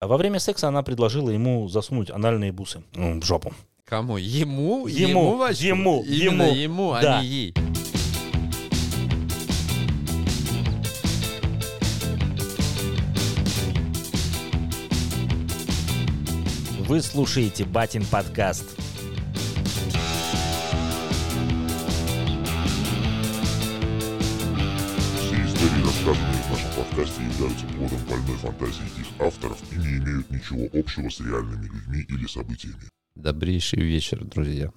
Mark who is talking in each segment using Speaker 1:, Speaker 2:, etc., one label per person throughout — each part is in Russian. Speaker 1: А Во время секса она предложила ему засунуть анальные бусы ну, в жопу.
Speaker 2: Кому? Ему?
Speaker 1: Ему,
Speaker 2: в очко?
Speaker 1: ему,
Speaker 2: Именно
Speaker 1: ему.
Speaker 2: ему, а
Speaker 1: Да.
Speaker 2: не ей.
Speaker 1: Вы слушаете Батин подкаст.
Speaker 3: Все истории, рассказанные в нашем подкасте, являются плодом больной фантазии их авторов и не имеют ничего общего с реальными людьми или событиями.
Speaker 2: Добрейший вечер, друзья.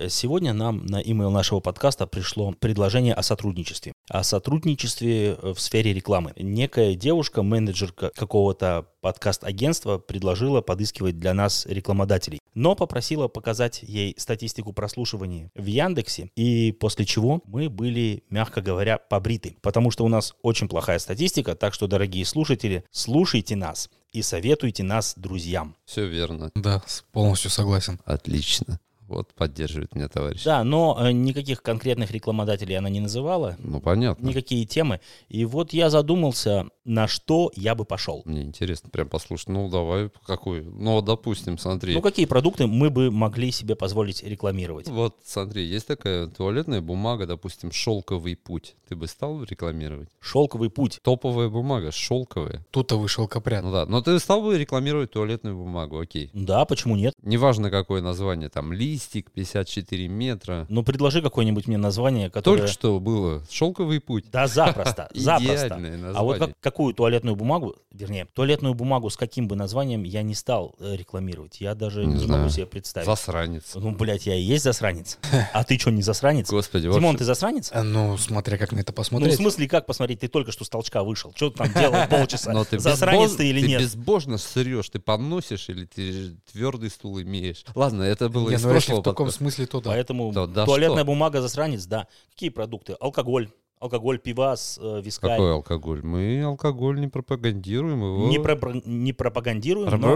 Speaker 1: Э, Сегодня нам на имейл нашего подкаста пришло предложение о сотрудничестве. О сотрудничестве э, в сфере рекламы. Некая девушка, менеджерка какого-то подкаст-агентства, предложила подыскивать для нас рекламодателей, но попросила показать ей статистику прослушиваний в Яндексе, и после чего мы были, мягко говоря, побриты, потому что у нас очень плохая статистика, так что, дорогие слушатели, слушайте нас и советуйте нас друзьям.
Speaker 2: Все верно.
Speaker 4: Да, с- полностью согласен.
Speaker 2: Отлично. Вот поддерживает меня товарищ.
Speaker 1: Да, но э, никаких конкретных рекламодателей она не называла,
Speaker 2: Ну, понятно.
Speaker 1: никакие темы. И вот я задумался, на что я бы пошел.
Speaker 2: Мне интересно прям послушать. Ну, давай, какой? Ну, вот, допустим, смотри.
Speaker 1: Ну, какие продукты мы бы могли себе позволить рекламировать?
Speaker 2: вот, смотри, есть такая туалетная бумага, допустим, шелковый путь. Ты бы стал рекламировать?
Speaker 1: Шелковый путь.
Speaker 2: Топовая бумага, шелковая.
Speaker 4: Тутовый шелкопряд.
Speaker 2: Ну да, но ты стал бы рекламировать туалетную бумагу, окей.
Speaker 1: Да, почему нет?
Speaker 2: Неважно, какое название, там, листик, 54 метра.
Speaker 1: Ну, предложи какое-нибудь мне название, которое...
Speaker 2: Только что было шелковый путь.
Speaker 1: Да, запросто, запросто.
Speaker 2: Идеальное название.
Speaker 1: А вот как- какую туалетную бумагу, вернее, туалетную бумагу с каким бы названием я не стал э, рекламировать. Я даже
Speaker 2: Не
Speaker 1: не, могу
Speaker 2: знаю.
Speaker 1: себе представить.
Speaker 2: Засранец.
Speaker 1: Ну, блядь, я и есть засранец. А ты что, не засранец?
Speaker 2: Господи,
Speaker 1: Тимон,
Speaker 2: вообще.
Speaker 1: ты засранец?
Speaker 4: А, Ну, смотря как на это
Speaker 1: Ну, в
Speaker 4: посмотреть.
Speaker 1: смысле, как посмотреть, ты только что с толчка вышел. Что ты там делал полчаса?
Speaker 2: Но ты
Speaker 1: Засранец
Speaker 2: безбож-
Speaker 1: ты или
Speaker 2: ты
Speaker 1: нет?
Speaker 2: безбожно срешь, ты поносишь или ты твердый стул имеешь. Ладно, это было
Speaker 4: Не,
Speaker 2: из
Speaker 4: ну, если
Speaker 2: прошлого
Speaker 4: в таком
Speaker 2: подкаста.
Speaker 4: смысле, то да.
Speaker 1: Поэтому
Speaker 2: Да, да
Speaker 1: туалетная
Speaker 2: что?
Speaker 1: бумага засранец, да. Какие продукты? Алкоголь. Алкоголь, пивас, э, вискарь.
Speaker 2: Какой алкоголь? Мы алкоголь не пропагандируем его.
Speaker 1: Не, пропро- не пропагандируем, но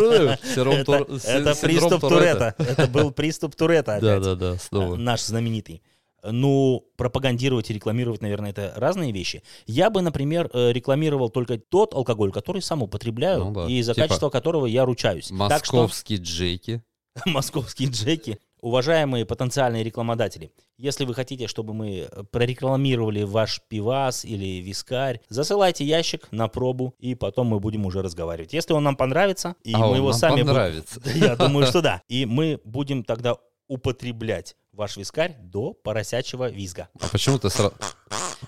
Speaker 2: Синдром
Speaker 1: это,
Speaker 2: Тур-
Speaker 1: это
Speaker 2: синдром
Speaker 1: приступ
Speaker 2: Туретта.
Speaker 1: Туретта. Это был приступ Туретта
Speaker 2: Да,
Speaker 1: опять.
Speaker 2: да, да,
Speaker 1: Э,
Speaker 2: снова.
Speaker 1: Наш знаменитый. Ну, пропагандировать и рекламировать, наверное, это разные вещи. Я бы, например, э, рекламировал только тот алкоголь, который сам употребляю,
Speaker 2: Ну да,
Speaker 1: и за
Speaker 2: типа
Speaker 1: качество которого я ручаюсь. ну, Так что
Speaker 2: Московские джеки.
Speaker 1: московские джеки. Уважаемые потенциальные рекламодатели, если вы хотите, чтобы мы э, прорекламировали ваш пивас или вискарь, засылайте ящик на пробу, и потом мы будем уже разговаривать. Если он нам понравится, и
Speaker 2: А
Speaker 1: мы
Speaker 2: он
Speaker 1: его
Speaker 2: нам
Speaker 1: сами будем-
Speaker 2: понравится.
Speaker 1: Да, Я думаю, что да. И мы будем тогда употреблять ваш вискарь до поросячьего визга.
Speaker 2: А почему ты сразу...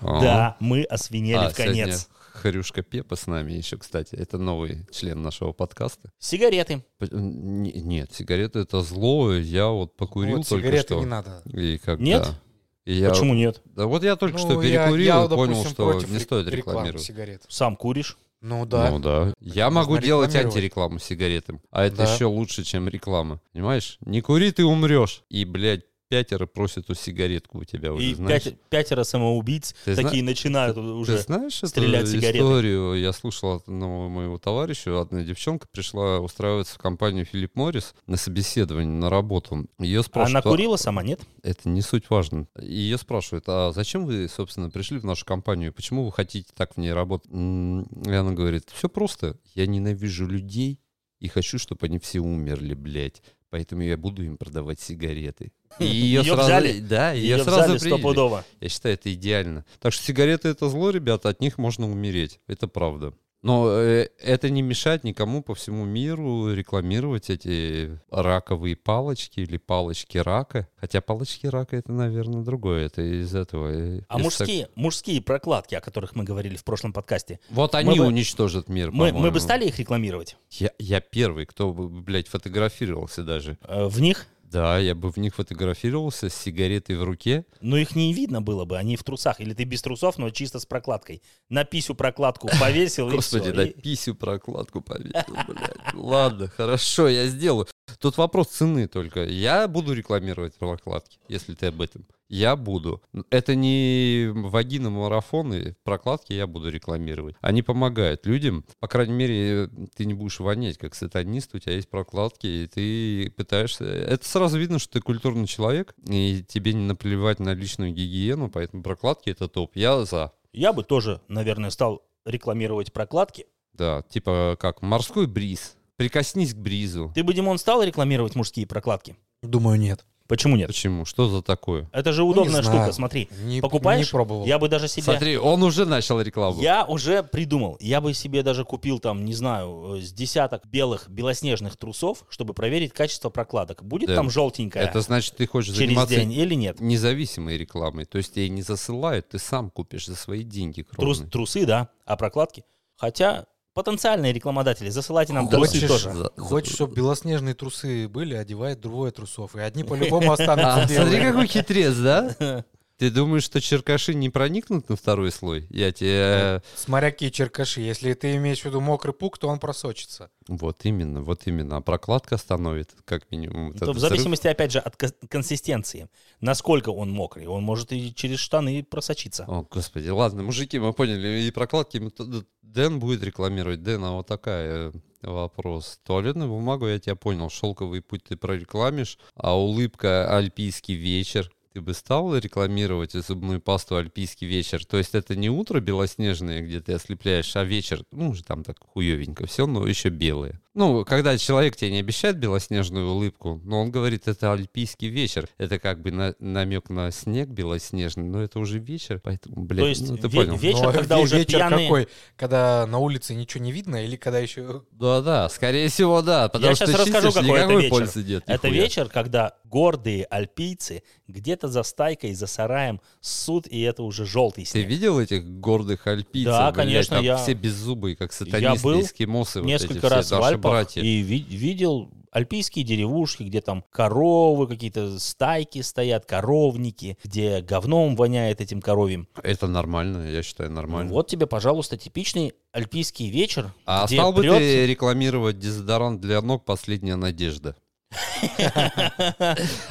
Speaker 1: Да, мы освинели
Speaker 2: А,
Speaker 1: в конец.
Speaker 2: сегодня Хрюшка Пепа с нами еще, кстати. Это новый член нашего подкаста.
Speaker 1: Сигареты.
Speaker 2: П- н- Нет, сигареты это зло. Я вот покурил
Speaker 4: Вот
Speaker 2: только
Speaker 4: сигареты
Speaker 2: что.
Speaker 4: не надо.
Speaker 2: И как-
Speaker 1: Нет?
Speaker 2: да. И я-
Speaker 1: Почему нет?
Speaker 2: Да вот я только
Speaker 4: Ну,
Speaker 2: что
Speaker 4: я-
Speaker 2: перекурил
Speaker 4: я,
Speaker 2: и понял,
Speaker 4: допустим,
Speaker 2: что
Speaker 4: против
Speaker 2: не
Speaker 4: рек-
Speaker 2: стоит
Speaker 4: рекламы
Speaker 2: рекламировать.
Speaker 4: сигарет.
Speaker 1: Сам куришь?
Speaker 4: Ну да.
Speaker 2: Ну да. Я
Speaker 4: Нужно
Speaker 2: могу делать
Speaker 4: рекламировать.
Speaker 2: антирекламу сигаретам. А это
Speaker 4: Да.
Speaker 2: еще лучше, чем реклама. Понимаешь? Не кури, ты умрешь. И, блядь, пятеро просят эту сигаретку у тебя уже,
Speaker 1: И
Speaker 2: знаешь.
Speaker 1: пять- пятеро самоубийц
Speaker 2: Ты зна-
Speaker 1: такие начинают
Speaker 2: Ты
Speaker 1: уже.
Speaker 2: знаешь эту
Speaker 1: стрелять сигаретой.
Speaker 2: историю? Я слушал от одного моего товарища, одна девчонка пришла устраиваться в компанию Филипп Моррис на собеседование, на работу. Ее
Speaker 1: Она
Speaker 2: спрашивают, «А,
Speaker 1: курила сама, нет?
Speaker 2: это не суть важно. Ее спрашивают, а зачем вы, собственно, пришли в нашу компанию? Почему вы хотите так в ней работать? М, И она говорит, все просто. Я ненавижу людей и хочу, чтобы они все умерли, блядь. Поэтому я буду им продавать сигареты. И ее
Speaker 1: Её
Speaker 2: сразу,
Speaker 1: взяли?
Speaker 2: да, ее,
Speaker 1: Её
Speaker 2: сразу
Speaker 1: взяли
Speaker 2: приняли.
Speaker 1: стопудово.
Speaker 2: Я считаю, это идеально. Так что сигареты это зло, ребята, от них можно умереть. Это правда. Но э, это не мешает никому по всему миру рекламировать эти раковые палочки или палочки рака. Хотя палочки рака это, наверное, другое. Это из этого. э,
Speaker 1: А
Speaker 2: из
Speaker 1: мужские, мужские прокладки, о которых мы говорили в прошлом подкасте,
Speaker 2: сак- Вот они
Speaker 1: бы-
Speaker 2: уничтожат мир,
Speaker 1: мы, мы
Speaker 2: по-моему.
Speaker 1: бы стали их рекламировать?
Speaker 2: Я, я первый, кто, бы, блядь, фотографировался даже.
Speaker 1: Э, В них?
Speaker 2: Да, я бы в них фотографировался с сигаретой в руке.
Speaker 1: Но Ну, их не видно было бы, они в трусах. Или ты без трусов, но чисто с прокладкой. На писю прокладку повесил и
Speaker 2: Господи,
Speaker 1: всё.
Speaker 2: да
Speaker 1: И-
Speaker 2: писю прокладку повесил, блядь. Ладно, хорошо, я сделаю. Тут вопрос цены только. Я буду рекламировать прокладки, если ты об этом. Я буду. Это не вагина марафоны, прокладки я буду рекламировать. Они помогают людям. По крайней мере, ты не будешь вонять, как сатанист, у тебя есть прокладки, и ты пытаешься... Это сразу видно, что ты культурный человек, и тебе не наплевать на личную гигиену, поэтому прокладки — это топ. Я за.
Speaker 1: Я бы тоже, наверное, стал рекламировать прокладки.
Speaker 2: Да, типа как морской бриз. Прикоснись к бризу.
Speaker 1: Ты бы, Димон, стал рекламировать мужские прокладки?
Speaker 4: Думаю, нет.
Speaker 1: Почему нет?
Speaker 2: Почему? Что за такое?
Speaker 1: Это же удобная
Speaker 4: не знаю.
Speaker 1: штука, смотри.
Speaker 4: Не,
Speaker 1: Покупаешь?
Speaker 4: Не пробовал.
Speaker 1: Я бы даже себе...
Speaker 2: Смотри, он уже начал рекламу.
Speaker 1: Я уже придумал. Я бы себе даже купил там, не знаю, э, с десяток белых белоснежных трусов, чтобы проверить качество прокладок. Будет
Speaker 2: Да.
Speaker 1: там желтенькая
Speaker 2: Это значит, ты хочешь
Speaker 1: через
Speaker 2: заниматься
Speaker 1: день или нет?
Speaker 2: независимой рекламой. То есть тебе не засылают, ты сам купишь за свои деньги.
Speaker 1: Трус-
Speaker 2: кровные.
Speaker 1: трусы, да, а прокладки. Хотя потенциальные рекламодатели, засылайте нам
Speaker 2: Хочешь
Speaker 1: трусы тоже.
Speaker 2: за- за-
Speaker 4: Хочешь, чтобы белоснежные трусы были, одевай двое трусов. И одни по-любому останутся
Speaker 2: А, смотри,
Speaker 4: белые.
Speaker 2: какой хитрец, да? Ты думаешь, что черкаши не проникнут на второй слой? Я тебе...
Speaker 4: Смотря какие черкаши. Если ты имеешь в виду мокрый пук, то он просочится.
Speaker 2: Вот именно, вот именно. А прокладка остановит, как минимум.
Speaker 1: То
Speaker 2: этот
Speaker 1: в
Speaker 2: взрыв.
Speaker 1: зависимости, опять же, от кон- консистенции. Насколько он мокрый, он может и через штаны просочиться.
Speaker 2: О, господи, ладно, мужики, мы поняли, и прокладки. мы тут- Дэн будет рекламировать. Дэн, а вот такая э, вопрос. Туалетную бумагу, я тебя понял, шелковый путь ты прорекламишь, а улыбка альпийский вечер. Ты бы стал рекламировать и зубную пасту «Альпийский вечер»? То есть это не утро белоснежное, где ты ослепляешь, а вечер, ну, уже там так хуевенько все, но еще белые. Ну, когда человек тебе не обещает белоснежную улыбку, но он говорит, это «Альпийский вечер». Это как бы на- намек на снег белоснежный, но это уже вечер, поэтому, блядь,
Speaker 1: есть
Speaker 2: ну, ты
Speaker 1: ве-
Speaker 2: понял.
Speaker 1: ве- Вечер,
Speaker 4: Но
Speaker 1: когда
Speaker 4: ве-
Speaker 1: уже
Speaker 4: вечер
Speaker 1: пьяные-
Speaker 4: какой? Когда на улице ничего не видно или когда еще...
Speaker 2: Да-да, скорее всего, да, потому
Speaker 1: щас
Speaker 2: что
Speaker 1: расскажу,
Speaker 2: чистишь,
Speaker 1: какой это
Speaker 2: никакой
Speaker 1: вечер.
Speaker 2: пользы нет.
Speaker 1: Это
Speaker 2: нихуя.
Speaker 1: вечер, когда гордые альпийцы где-то за стайкой, за сараем ссут, и это уже желтый
Speaker 2: Ты
Speaker 1: снег.
Speaker 2: видел этих гордых альпийцев?
Speaker 1: Да,
Speaker 2: блядь,
Speaker 1: конечно,
Speaker 2: там
Speaker 1: я-
Speaker 2: все беззубые, как сатанисты,
Speaker 1: был
Speaker 2: эскимосы, вот эти
Speaker 1: Несколько
Speaker 2: все,
Speaker 1: раз в
Speaker 2: наши
Speaker 1: Альпах
Speaker 2: братья.
Speaker 1: и ви- видел альпийские деревушки, где там коровы, какие-то стайки стоят, коровники, где говном воняет этим коровьим.
Speaker 2: Это нормально, я считаю, нормально.
Speaker 1: Вот тебе, пожалуйста, типичный альпийский вечер,
Speaker 2: А
Speaker 1: где
Speaker 2: стал бы
Speaker 1: прёт-
Speaker 2: ты рекламировать дезодорант для ног «Последняя надежда»?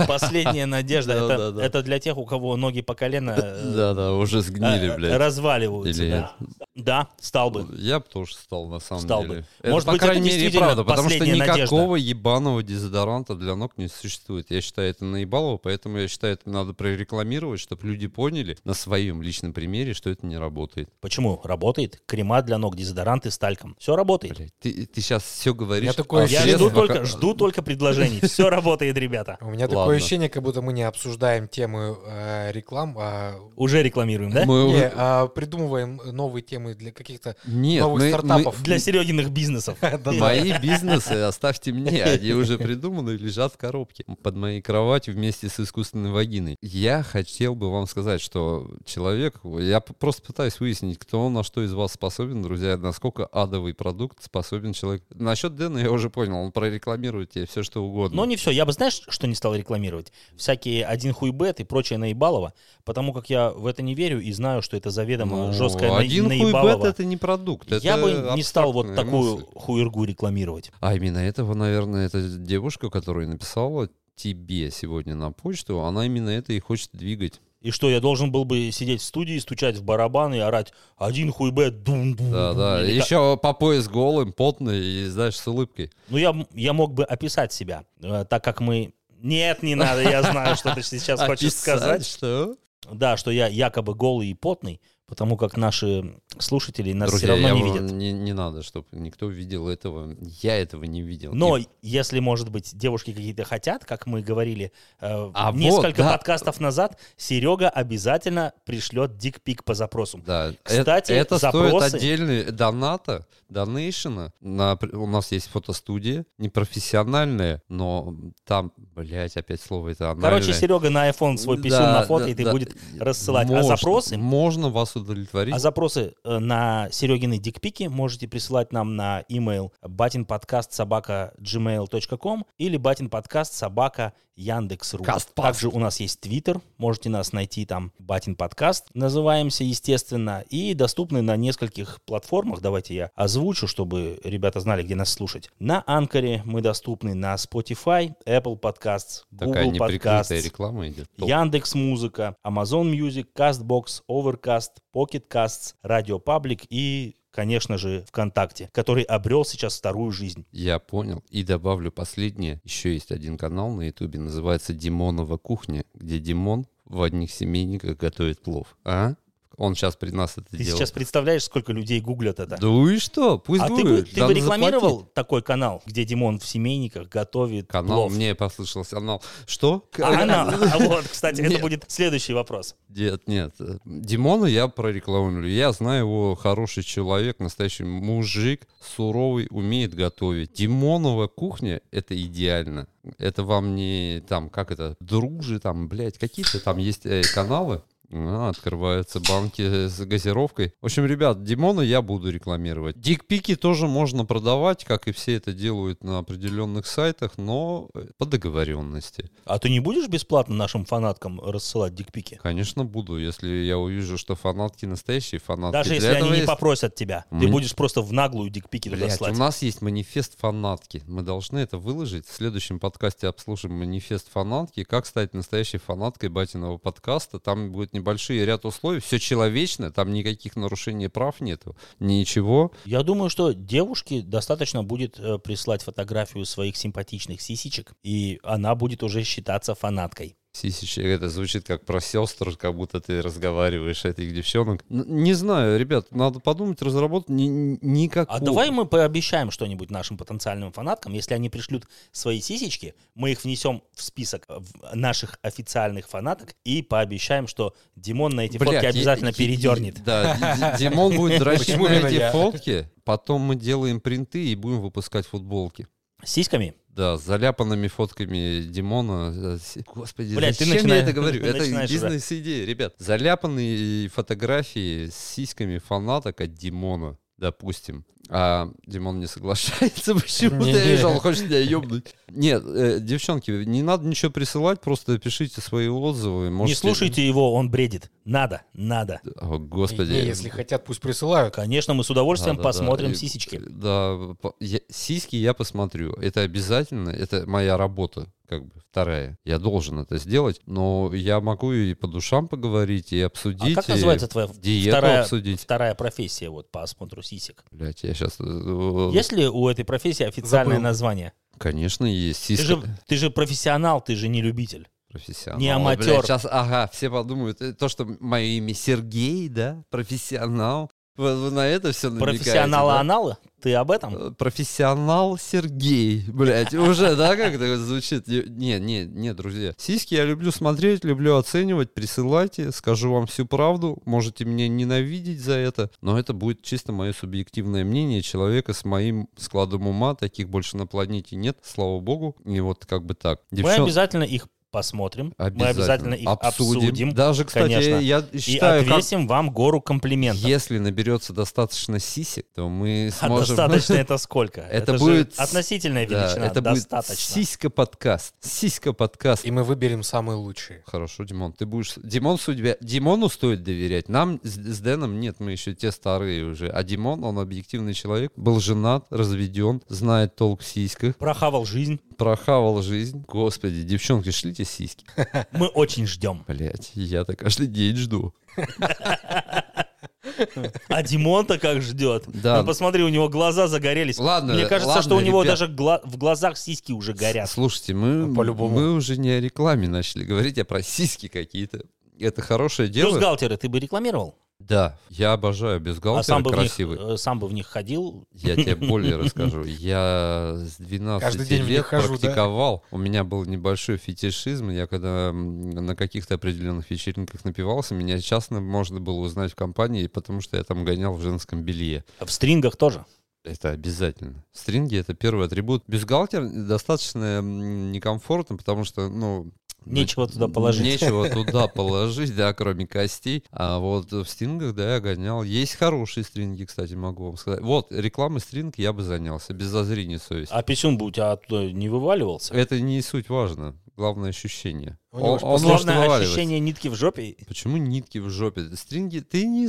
Speaker 1: Последняя надежда.
Speaker 2: Да,
Speaker 1: Это-
Speaker 2: да, да.
Speaker 1: Это для тех, у кого ноги по колено э,
Speaker 2: Да-да, уже сгнили,
Speaker 1: э,
Speaker 2: блядь.
Speaker 1: разваливаются.
Speaker 2: Или-
Speaker 1: да. Да, стал бы.
Speaker 2: Я бы тоже стал, на самом
Speaker 1: Стал
Speaker 2: деле.
Speaker 1: бы.
Speaker 2: Это,
Speaker 1: Может
Speaker 2: по
Speaker 1: быть, это
Speaker 2: крайней мере,
Speaker 1: действительно
Speaker 2: правда, потому что
Speaker 1: последняя надежда.
Speaker 2: никакого ебаного дезодоранта для ног не существует. Я считаю, это наебалово, поэтому я считаю, это надо прорекламировать, чтобы люди поняли на своем личном примере, что это не работает.
Speaker 1: Почему? Работает. Крема для ног, дезодоранты с тальком. Все работает.
Speaker 2: Блядь, ты, сейчас все говоришь.
Speaker 4: Я такое
Speaker 2: а
Speaker 1: Я жду
Speaker 4: Серьезно?
Speaker 2: средства
Speaker 1: только,
Speaker 2: как-
Speaker 1: жду только предложений. Все работает, ребята.
Speaker 4: У меня
Speaker 2: Ладно.
Speaker 4: такое ощущение, как будто мы не обсуждаем темы э, реклам, а...
Speaker 1: Уже рекламируем, да?
Speaker 2: Мы
Speaker 4: не,
Speaker 2: уже-
Speaker 4: а придумываем новые темы для каких-то...
Speaker 2: Нет,
Speaker 4: новых
Speaker 2: мы- мы-
Speaker 4: стартапов.
Speaker 1: Для Серегиных бизнесов.
Speaker 2: Мои бизнесы оставьте мне, они уже придуманы и лежат в коробке под моей кроватью вместе с искусственной вагиной. Я хотел бы вам сказать, что человек, я п- просто пытаюсь выяснить, кто на что из вас способен, друзья, насколько адовый продукт способен человек. Насчет Дэна я уже понял, он прорекламирует тебе все, что угодно.
Speaker 1: Но Ну, не все. Я бы, знаешь, что не стал рекламировать? Всякие один хуй бет и прочее наебалово, потому как я в это не верю и знаю, что это заведомо
Speaker 2: Ну,
Speaker 1: жесткое на-
Speaker 2: Один хуй бет
Speaker 1: наебалово.
Speaker 2: это не продукт.
Speaker 1: Я
Speaker 2: это
Speaker 1: бы не стал вот
Speaker 2: абстрактная
Speaker 1: такую
Speaker 2: мысль.
Speaker 1: хуйргу рекламировать.
Speaker 2: А именно этого, наверное, эта девушка, которая написала тебе сегодня на почту, она именно это и хочет двигать.
Speaker 1: И что, я должен был бы сидеть в студии, стучать в барабан и орать «Один хуй бет, дум-дум».
Speaker 2: Да, да.
Speaker 1: Или как-
Speaker 2: Еще по пояс голым, потный и, знаешь, с улыбкой.
Speaker 1: Ну, я, м- я мог бы описать себя, э, так как мы... Нет, не надо, я знаю, что ты сейчас хочешь
Speaker 2: Описать,
Speaker 1: сказать.
Speaker 2: что?
Speaker 1: Да, что я якобы голый и потный, потому как наши слушатели нас все
Speaker 2: Друзья,
Speaker 1: равно
Speaker 2: я
Speaker 1: не
Speaker 2: вам-
Speaker 1: видят.
Speaker 2: Не, не надо, чтобы никто видел этого. Я этого не видел.
Speaker 1: Но
Speaker 2: И-
Speaker 1: если, может быть, девушки какие-то хотят, как мы говорили э,
Speaker 2: А вот,
Speaker 1: несколько
Speaker 2: да.
Speaker 1: подкастов назад, Серега обязательно пришлет дикпик по запросу.
Speaker 2: Да, э-
Speaker 1: Кстати,
Speaker 2: это стоит
Speaker 1: запросы-
Speaker 2: отдельный доната, донейшена. На, пр- у нас есть фотостудия, непрофессиональная, но там, блядь, опять слово это анальное.
Speaker 1: Короче, Серега на iPhone свой писюн
Speaker 2: Да,
Speaker 1: на фото,
Speaker 2: да,
Speaker 1: и ты
Speaker 2: да.
Speaker 1: будет рассылать.
Speaker 2: Можно-
Speaker 1: а запросы?
Speaker 2: Можно вас удовлетворить.
Speaker 1: А запросы э, на Серегины дикпики можете присылать нам на email batinpodcast собака gmail.com или batinpodcast собака яндекс.ру.
Speaker 2: Кастпаст.
Speaker 1: Также у нас есть Твиттер, можете нас найти там Батин подкаст, называемся, естественно, и доступны на нескольких платформах. Давайте я озвучу, чтобы ребята знали, где нас слушать. На Анкоре мы доступны, на Spotify, Apple Podcasts,
Speaker 2: Такая
Speaker 1: Google
Speaker 2: неприкрытая
Speaker 1: Podcasts,
Speaker 2: реклама идет. Топ.
Speaker 1: Яндекс Музыка, Amazon Music, Castbox, Overcast, Pocket Casts, Radio Public и, конечно же, ВКонтакте, который обрел сейчас вторую жизнь.
Speaker 2: Я понял. И добавлю последнее. Еще есть один канал на Ютубе, называется «Димонова кухня», где Димон в одних семейниках готовит плов. А? Он сейчас при нас это
Speaker 1: Ты
Speaker 2: делает.
Speaker 1: сейчас представляешь, сколько людей гуглят это?
Speaker 2: Да и что? Пусть
Speaker 1: а ты, бы-
Speaker 2: будет. ну
Speaker 1: ты
Speaker 2: Нам
Speaker 1: бы рекламировал
Speaker 2: заплатили.
Speaker 1: такой канал, где Димон в семейниках готовит
Speaker 2: Канал,
Speaker 1: плов?
Speaker 2: мне послышался канал. Что?
Speaker 1: А, канал. А вот, кстати, это
Speaker 2: Нет.
Speaker 1: будет следующий вопрос.
Speaker 2: Нет, нет. э, Димона я прорекламирую. Я знаю его, хороший человек, настоящий мужик, суровый, умеет готовить. Димонова кухня — это идеально. Это вам не там, как это, дружи там, блядь, какие-то там есть э, каналы. А, открываются банки с газировкой. В общем, ребят, Димона я буду рекламировать. Дикпики тоже можно продавать, как и все это делают на определенных сайтах, но э, по договоренности.
Speaker 1: А ты не будешь бесплатно нашим фанаткам рассылать дикпики?
Speaker 2: Конечно, буду, если я увижу, что фанатки настоящие фанатки.
Speaker 1: Даже
Speaker 2: Для
Speaker 1: если они
Speaker 2: этого
Speaker 1: не
Speaker 2: есть-
Speaker 1: попросят тебя. Ты
Speaker 2: Мне-
Speaker 1: будешь просто в наглую дикпики туда
Speaker 2: Блядь, у
Speaker 1: слать.
Speaker 2: нас есть манифест фанатки. Мы должны это выложить. В следующем подкасте обслужим манифест фанатки. Как стать настоящей фанаткой батиного подкаста. Там будет небольшие ряд условий. Все человечно. Там никаких нарушений прав нету. Ничего.
Speaker 1: Я думаю, что девушке достаточно будет э, прислать фотографию своих симпатичных сисечек, и она будет уже считаться фанаткой.
Speaker 2: Сисичек, это звучит как про сестр, как будто ты разговариваешь этих девчонок. Н- Не знаю, ребят, надо подумать, разработать ни- ни- никакого.
Speaker 1: А давай мы пообещаем что-нибудь нашим потенциальным фанаткам. Если они пришлют свои сисечки, мы их внесем в список э, в наших официальных фанаток и пообещаем, что Димон на эти фотки
Speaker 2: Блядь,
Speaker 1: обязательно
Speaker 2: я- я-
Speaker 1: передернет.
Speaker 2: Да, Ди- Ди- Димон будет дрочить
Speaker 4: Почему
Speaker 2: на
Speaker 4: именно
Speaker 2: эти
Speaker 4: я?
Speaker 2: фотки, потом мы делаем принты и будем выпускать футболки.
Speaker 1: С Сиськами?
Speaker 2: Да, с заляпанными фотками Димона. э, с- Господи,
Speaker 1: Блядь, ты
Speaker 2: зачем я
Speaker 1: начинаешь-
Speaker 2: это говорю?
Speaker 1: ты
Speaker 2: Это
Speaker 1: начинаешь уже.
Speaker 2: бизнес-идея, ребят. Заляпанные фотографии с сиськами фанаток от Димона, допустим. А Димон не соглашается почему-то. Я
Speaker 4: Не-не.
Speaker 2: вижу, он хочет меня ебнуть. Нет, э, девчонки, не надо ничего присылать, просто пишите свои отзывы.
Speaker 1: Не слушайте его, он бредит. Надо, надо.
Speaker 2: О,
Speaker 4: И-
Speaker 2: господи.
Speaker 4: и если хотят, пусть присылают.
Speaker 1: Конечно, мы с удовольствием
Speaker 2: Да, да, да.
Speaker 1: посмотрим
Speaker 2: И-
Speaker 1: сисечки.
Speaker 2: Да, по- я- сиськи я посмотрю. Это обязательно, это моя работа, как бы вторая. Я должен это сделать, но я могу и по душам поговорить, и
Speaker 1: А
Speaker 2: обсудить.
Speaker 1: как
Speaker 2: и
Speaker 1: называется твоя
Speaker 2: диету
Speaker 1: вторая,
Speaker 2: обсудить.
Speaker 1: вторая профессия вот, по осмотру сисек?
Speaker 2: Блять, я сейчас...
Speaker 1: Есть ли у этой профессии официальное
Speaker 4: Забыл.
Speaker 1: название?
Speaker 2: Конечно, есть.
Speaker 1: Ты
Speaker 2: Сиська.
Speaker 1: же, ты же профессионал, ты же не любитель.
Speaker 2: Профессионал.
Speaker 1: не аматер.
Speaker 2: сейчас, ага, все подумают, э, то, что мое имя Сергей, да, профессионал. Вы, вы на это все намекаете,
Speaker 1: Профессионала
Speaker 2: да?
Speaker 1: аналы? Ты об этом?
Speaker 2: Э, Профессионал Сергей, блядь, уже, да, как это звучит? Е- Не, не, не, друзья. Сиськи я люблю смотреть, люблю оценивать, присылайте, скажу вам всю правду, можете меня ненавидеть за это, но это будет чисто мое субъективное мнение человека с моим складом ума, таких больше на планете нет, слава богу, и вот как бы так.
Speaker 1: Мы
Speaker 2: Девчон-
Speaker 1: обязательно их посмотрим. Мы обязательно их обсудим.
Speaker 2: Даже, кстати,
Speaker 1: конечно.
Speaker 2: я
Speaker 1: И
Speaker 2: считаю, как-
Speaker 1: отвесим вам гору комплиментов.
Speaker 2: если наберется достаточно сисек, то мы
Speaker 1: А
Speaker 2: сможем...
Speaker 1: достаточно это сколько? же
Speaker 2: Это будет-
Speaker 1: относительная
Speaker 2: Да,
Speaker 1: величина.
Speaker 2: это будет
Speaker 1: достаточно.
Speaker 2: сиська подкаст. Сиська подкаст.
Speaker 4: И мы выберем самые лучшие.
Speaker 2: Хорошо, Димон, ты будешь... Димон, судьбе... Димону стоит доверять. Нам с, с Дэном нет, мы еще те старые уже. А Димон, он объективный человек, был женат, разведен, знает толк в сиськах,
Speaker 1: Прохавал жизнь.
Speaker 2: прохавал жизнь. Господи, девчонки, шлите сиськи.
Speaker 1: Мы очень ждем.
Speaker 2: Блять, я так каждый день жду.
Speaker 1: А Димон-то как ждет.
Speaker 2: Да.
Speaker 1: Ну, посмотри, у него глаза загорелись.
Speaker 2: Ладно,
Speaker 1: Мне кажется,
Speaker 2: ладно,
Speaker 1: что у него
Speaker 2: ребят.
Speaker 1: даже гла- в глазах сиськи уже горят.
Speaker 2: Слушайте, мы,
Speaker 4: Ну, по-любому.
Speaker 2: мы уже не о рекламе начали говорить, а про сиськи какие-то. Это
Speaker 1: Ну,
Speaker 2: хорошее дело.
Speaker 1: Бюстгальтеры ты бы рекламировал?
Speaker 2: Да, я обожаю бюстгальтеры
Speaker 1: а сам бы, в них,
Speaker 2: красивые.
Speaker 1: э, сам бы в них ходил.
Speaker 2: Я тебе более расскажу. Я с 12
Speaker 4: Каждый день в
Speaker 2: лет
Speaker 4: них хожу, да?
Speaker 2: практиковал. У меня был небольшой фетишизм. Я когда м, на каких-то определенных вечеринках напивался, меня часто можно было узнать в компании, потому что я там гонял в женском белье.
Speaker 1: В стрингах тоже.
Speaker 2: Это обязательно. Стринги — это первый атрибут. Бюстгальтер достаточно м, некомфортно, потому что, ну...
Speaker 1: Нечего
Speaker 2: ну,
Speaker 1: туда положить.
Speaker 2: Нечего туда положить, да, кроме костей. А вот в стрингах, да, я гонял. Есть хорошие стринги, кстати, могу вам сказать. Вот, рекламой стринг я бы занялся, без зазрения совести.
Speaker 1: А писюн бы у тебя оттуда не вываливался.
Speaker 2: Это не суть важно. Главное ощущение.
Speaker 4: У него
Speaker 2: Он-
Speaker 4: ж
Speaker 2: Э, он может
Speaker 1: Главное
Speaker 2: вываливаться.
Speaker 1: ощущение нитки в жопе.
Speaker 2: Почему нитки в жопе? Стринги, ты не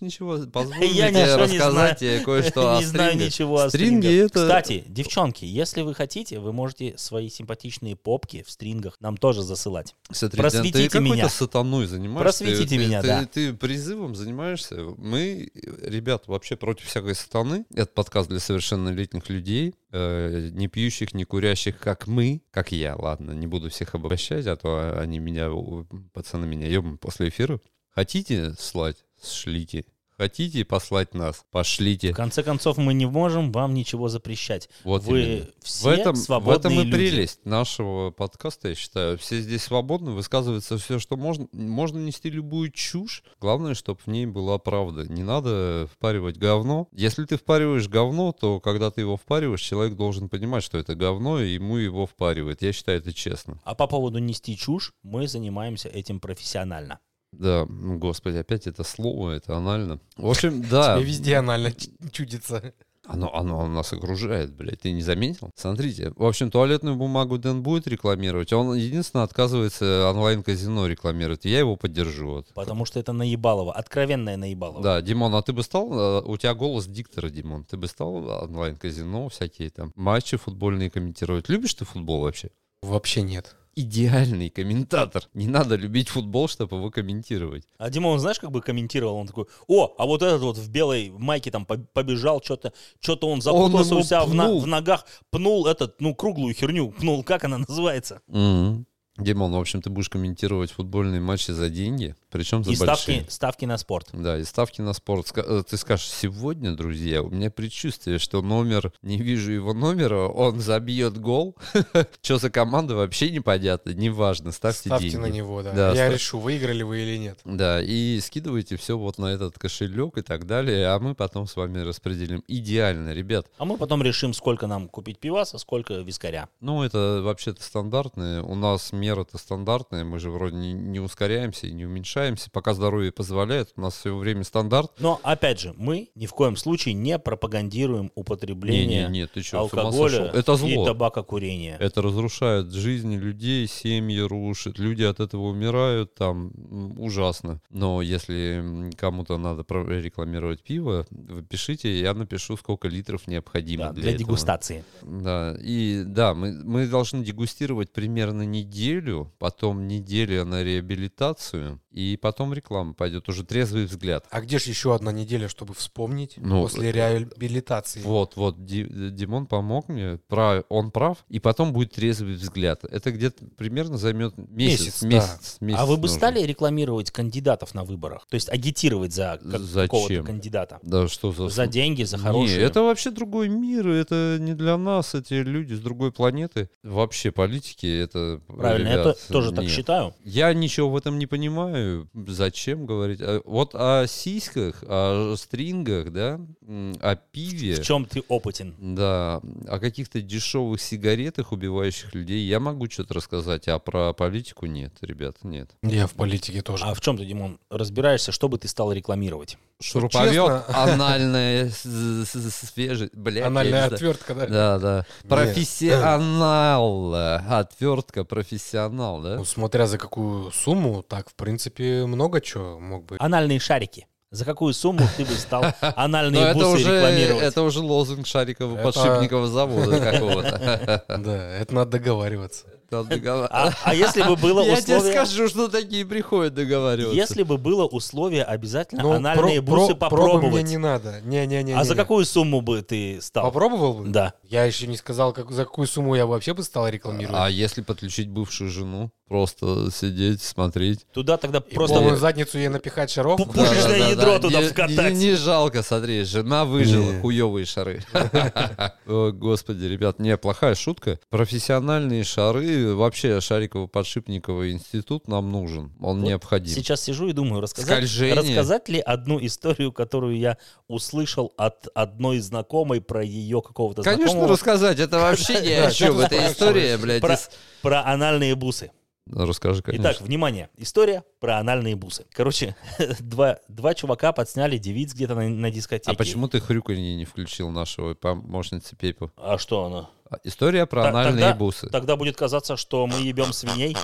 Speaker 2: ничего. Позволь
Speaker 1: Я
Speaker 2: мне тебе
Speaker 1: ничего не
Speaker 2: рассказать тебе кое-что о
Speaker 1: Не знаю
Speaker 2: стрингах.
Speaker 1: ничего о
Speaker 2: а Стринги
Speaker 1: стрингах.
Speaker 2: это-
Speaker 1: Кстати, девчонки, если вы хотите, вы можете свои симпатичные попки в стрингах нам тоже засылать.
Speaker 2: Смотри,
Speaker 1: Просветите
Speaker 2: Дэн, ты
Speaker 1: меня.
Speaker 2: какой-то сатаной занимаешься.
Speaker 1: Просветите
Speaker 2: Ты-
Speaker 1: меня,
Speaker 2: ты-
Speaker 1: да.
Speaker 2: Ты призывом занимаешься. Мы, ребят, вообще против всякой сатаны. Это подкаст для совершеннолетних людей, э, не пьющих, не курящих, как мы, как я. Ладно, не буду всех обращать, а то они меня, у- пацаны меня ебнут после эфира. Хотите слать? шлите. Хотите послать нас? Пошлите.
Speaker 1: В конце концов, мы не можем вам ничего запрещать.
Speaker 2: Вот
Speaker 1: Вы
Speaker 2: именно.
Speaker 1: все
Speaker 2: В этом, в
Speaker 1: свободные
Speaker 2: этом и
Speaker 1: люди.
Speaker 2: прелесть нашего подкаста, я считаю. Все здесь свободны, высказывается все, что можно. Можно нести любую чушь. Главное, чтобы в ней была правда. Не надо впаривать говно. Если ты впариваешь говно, то когда ты его впариваешь, человек должен понимать, что это говно, и ему его впаривает. Я считаю это честно.
Speaker 1: А по поводу нести чушь, мы занимаемся этим профессионально.
Speaker 2: Да, ну, господи, опять это слово, это анально. В общем, да.
Speaker 4: Тебе везде анально ч- чудится.
Speaker 2: Оно, оно нас окружает, блядь, ты не заметил? Смотрите, в общем, туалетную бумагу Дэн будет рекламировать, а он единственно отказывается онлайн-казино рекламировать, и я его поддержу. Вот.
Speaker 1: Потому что это наебалово, откровенное наебалово.
Speaker 2: Да, Димон, а ты бы стал, э, у тебя голос диктора, Димон, ты бы стал онлайн-казино, всякие там матчи футбольные комментировать? Любишь ты футбол вообще?
Speaker 4: Вообще нет.
Speaker 2: Идеальный комментатор. Не надо любить футбол, чтобы его комментировать.
Speaker 1: А Димон, знаешь, как бы комментировал, он такой, о, а вот этот вот в белой майке там поб- побежал, что-то что-то он запутался
Speaker 2: ему
Speaker 1: у себя в, на-
Speaker 2: пнул.
Speaker 1: в ногах, пнул этот, ну, круглую херню, пнул, как она называется?
Speaker 2: Мгм. Димон, в общем, ты будешь комментировать футбольные матчи за деньги, причем за
Speaker 1: И
Speaker 2: большие.
Speaker 1: ставки, ска- на спорт.
Speaker 2: Да, и ставки на спорт. Ска- э, Ты скажешь, сегодня, друзья, у меня предчувствие, что номер, не вижу его номера, он забьет гол. Что за команда, вообще непонятно, неважно, ставьте,
Speaker 4: Ставьте
Speaker 2: деньги.
Speaker 4: на него, да.
Speaker 2: Да,
Speaker 4: Я
Speaker 2: ста-
Speaker 4: решу, выиграли вы или нет.
Speaker 2: Да, и скидывайте все вот на этот кошелек и так далее, а мы потом с вами распределим. Идеально, ребят.
Speaker 1: А мы потом решим, сколько нам купить пиваса, сколько вискаря.
Speaker 2: Ну, это вообще-то стандартные. У нас мера-то стандартная. Мы же вроде не, не ускоряемся и не уменьшаемся. Пока здоровье позволяет, у нас все время стандарт.
Speaker 1: Но, опять же, мы ни в коем случае не пропагандируем употребление
Speaker 2: Не-не-не, ты чё, с ума
Speaker 1: алкоголя
Speaker 2: сошёл? Это
Speaker 1: и
Speaker 2: зло.
Speaker 1: табакокурения.
Speaker 2: Это разрушает жизни людей, семьи рушит, люди от этого умирают, там м, ужасно. Но если м, кому-то надо про- рекламировать пиво, вы пишите, я напишу, сколько литров необходимо
Speaker 1: Да,
Speaker 2: для,
Speaker 1: для
Speaker 2: этого.
Speaker 1: дегустации.
Speaker 2: Да, и да, мы, мы должны дегустировать примерно неделю, потом неделя на реабилитацию, и потом реклама пойдет, уже трезвый взгляд.
Speaker 4: А где же еще одна неделя, чтобы вспомнить
Speaker 2: Ну,
Speaker 4: после реабилитации?
Speaker 2: Вот, вот, Ди- Димон помог мне, прав, он прав, и потом будет трезвый взгляд. Это где-то примерно займет месяц,
Speaker 4: Месяц,
Speaker 2: месяц,
Speaker 4: да.
Speaker 2: месяц.
Speaker 1: а вы бы
Speaker 2: нужен.
Speaker 1: стали рекламировать кандидатов на выборах? То есть агитировать за как-
Speaker 2: Зачем?
Speaker 1: какого-то кандидата?
Speaker 2: Да что за...
Speaker 1: За
Speaker 2: см-
Speaker 1: деньги, за
Speaker 2: Не,
Speaker 1: хорошие?
Speaker 2: это вообще другой мир, это не для нас, эти люди с другой планеты. Вообще политики, это...
Speaker 1: Правильно, я
Speaker 2: ребят,
Speaker 1: то- тоже так
Speaker 2: нет.
Speaker 1: считаю.
Speaker 2: Я ничего в этом не понимаю. Зачем говорить? А Вот о сиськах, о стрингах, да, м, о пиве.
Speaker 1: В чем ты опытен?
Speaker 2: Да, о каких-то дешевых сигаретах, убивающих людей, я могу что-то рассказать, а про политику нет, ребят, нет.
Speaker 4: Я в политике тоже.
Speaker 1: А в чем ты, Димон, разбираешься, что бы ты стал рекламировать?
Speaker 2: Шуруповерт,
Speaker 4: честно?
Speaker 2: анальная с- с- с- свежесть, блядь. я
Speaker 4: Анальная
Speaker 2: не знаю.
Speaker 4: отвертка, да?
Speaker 2: Да, да. Профессионал. Отвертка, профессионал, да?
Speaker 4: Ну, смотря за какую сумму, так, в принципе, много чего мог бы.
Speaker 1: Анальные шарики. За какую сумму ты бы стал
Speaker 2: Но
Speaker 1: анальные
Speaker 2: это
Speaker 1: бусы
Speaker 2: уже,
Speaker 1: рекламировать?
Speaker 2: это уже лозунг Шарикова
Speaker 4: Это-
Speaker 2: подшипникова завода какого-то.
Speaker 4: Да, это надо договариваться.
Speaker 2: Надо договар-
Speaker 1: А, а если бы было
Speaker 2: Я тебе
Speaker 1: условие...
Speaker 2: скажу, что такие приходят договариваться.
Speaker 1: Если бы было условие обязательно
Speaker 4: Ну,
Speaker 1: анальные
Speaker 4: про-
Speaker 1: бусы
Speaker 4: про- пробы
Speaker 1: попробовать,
Speaker 4: мне не надо. Не-не-не.
Speaker 1: а за какую сумму бы ты стал?
Speaker 4: Попробовал бы?
Speaker 1: Да.
Speaker 4: Я еще не сказал, как- за какую сумму я вообще бы стал
Speaker 2: А
Speaker 4: рекламировать.
Speaker 2: если подключить бывшую жену, просто сидеть, смотреть.
Speaker 1: Туда тогда
Speaker 2: А,
Speaker 4: И
Speaker 1: просто
Speaker 4: полную
Speaker 1: бы
Speaker 4: задницу ей напихать шаров.
Speaker 1: Пу- пушечное ядро туда
Speaker 2: Не-
Speaker 1: вкатать.
Speaker 2: Не, не жалко, смотри, жена выжила,
Speaker 4: Не.
Speaker 2: хуевые шары. О, Господи, ребят, не, плохая шутка. Профессиональные шары, вообще Шариково-Подшипниковый институт нам нужен, он
Speaker 1: Вот
Speaker 2: необходим.
Speaker 1: сейчас сижу и думаю, рассказать,
Speaker 2: Скольжение.
Speaker 1: рассказать ли одну историю, которую я услышал от одной знакомой про ее какого-то
Speaker 2: Конечно,
Speaker 1: знакомого
Speaker 2: рассказать, это вообще не о
Speaker 4: Да,
Speaker 2: чем,
Speaker 4: что ты
Speaker 2: это история, блядь.
Speaker 1: про,
Speaker 2: из-
Speaker 1: про анальные бусы.
Speaker 2: Ну, Расскажи,
Speaker 1: Итак,
Speaker 2: конечно.
Speaker 1: внимание, история про анальные бусы. Короче, два, два чувака подсняли девиц где-то на, на дискотеке.
Speaker 2: А почему ты хрюканье не включил нашего помощницы Пепу?
Speaker 1: А что она?
Speaker 2: А, История про
Speaker 1: Т-
Speaker 2: анальные
Speaker 1: тогда-
Speaker 2: бусы.
Speaker 1: Тогда будет казаться, что мы ебем свиней.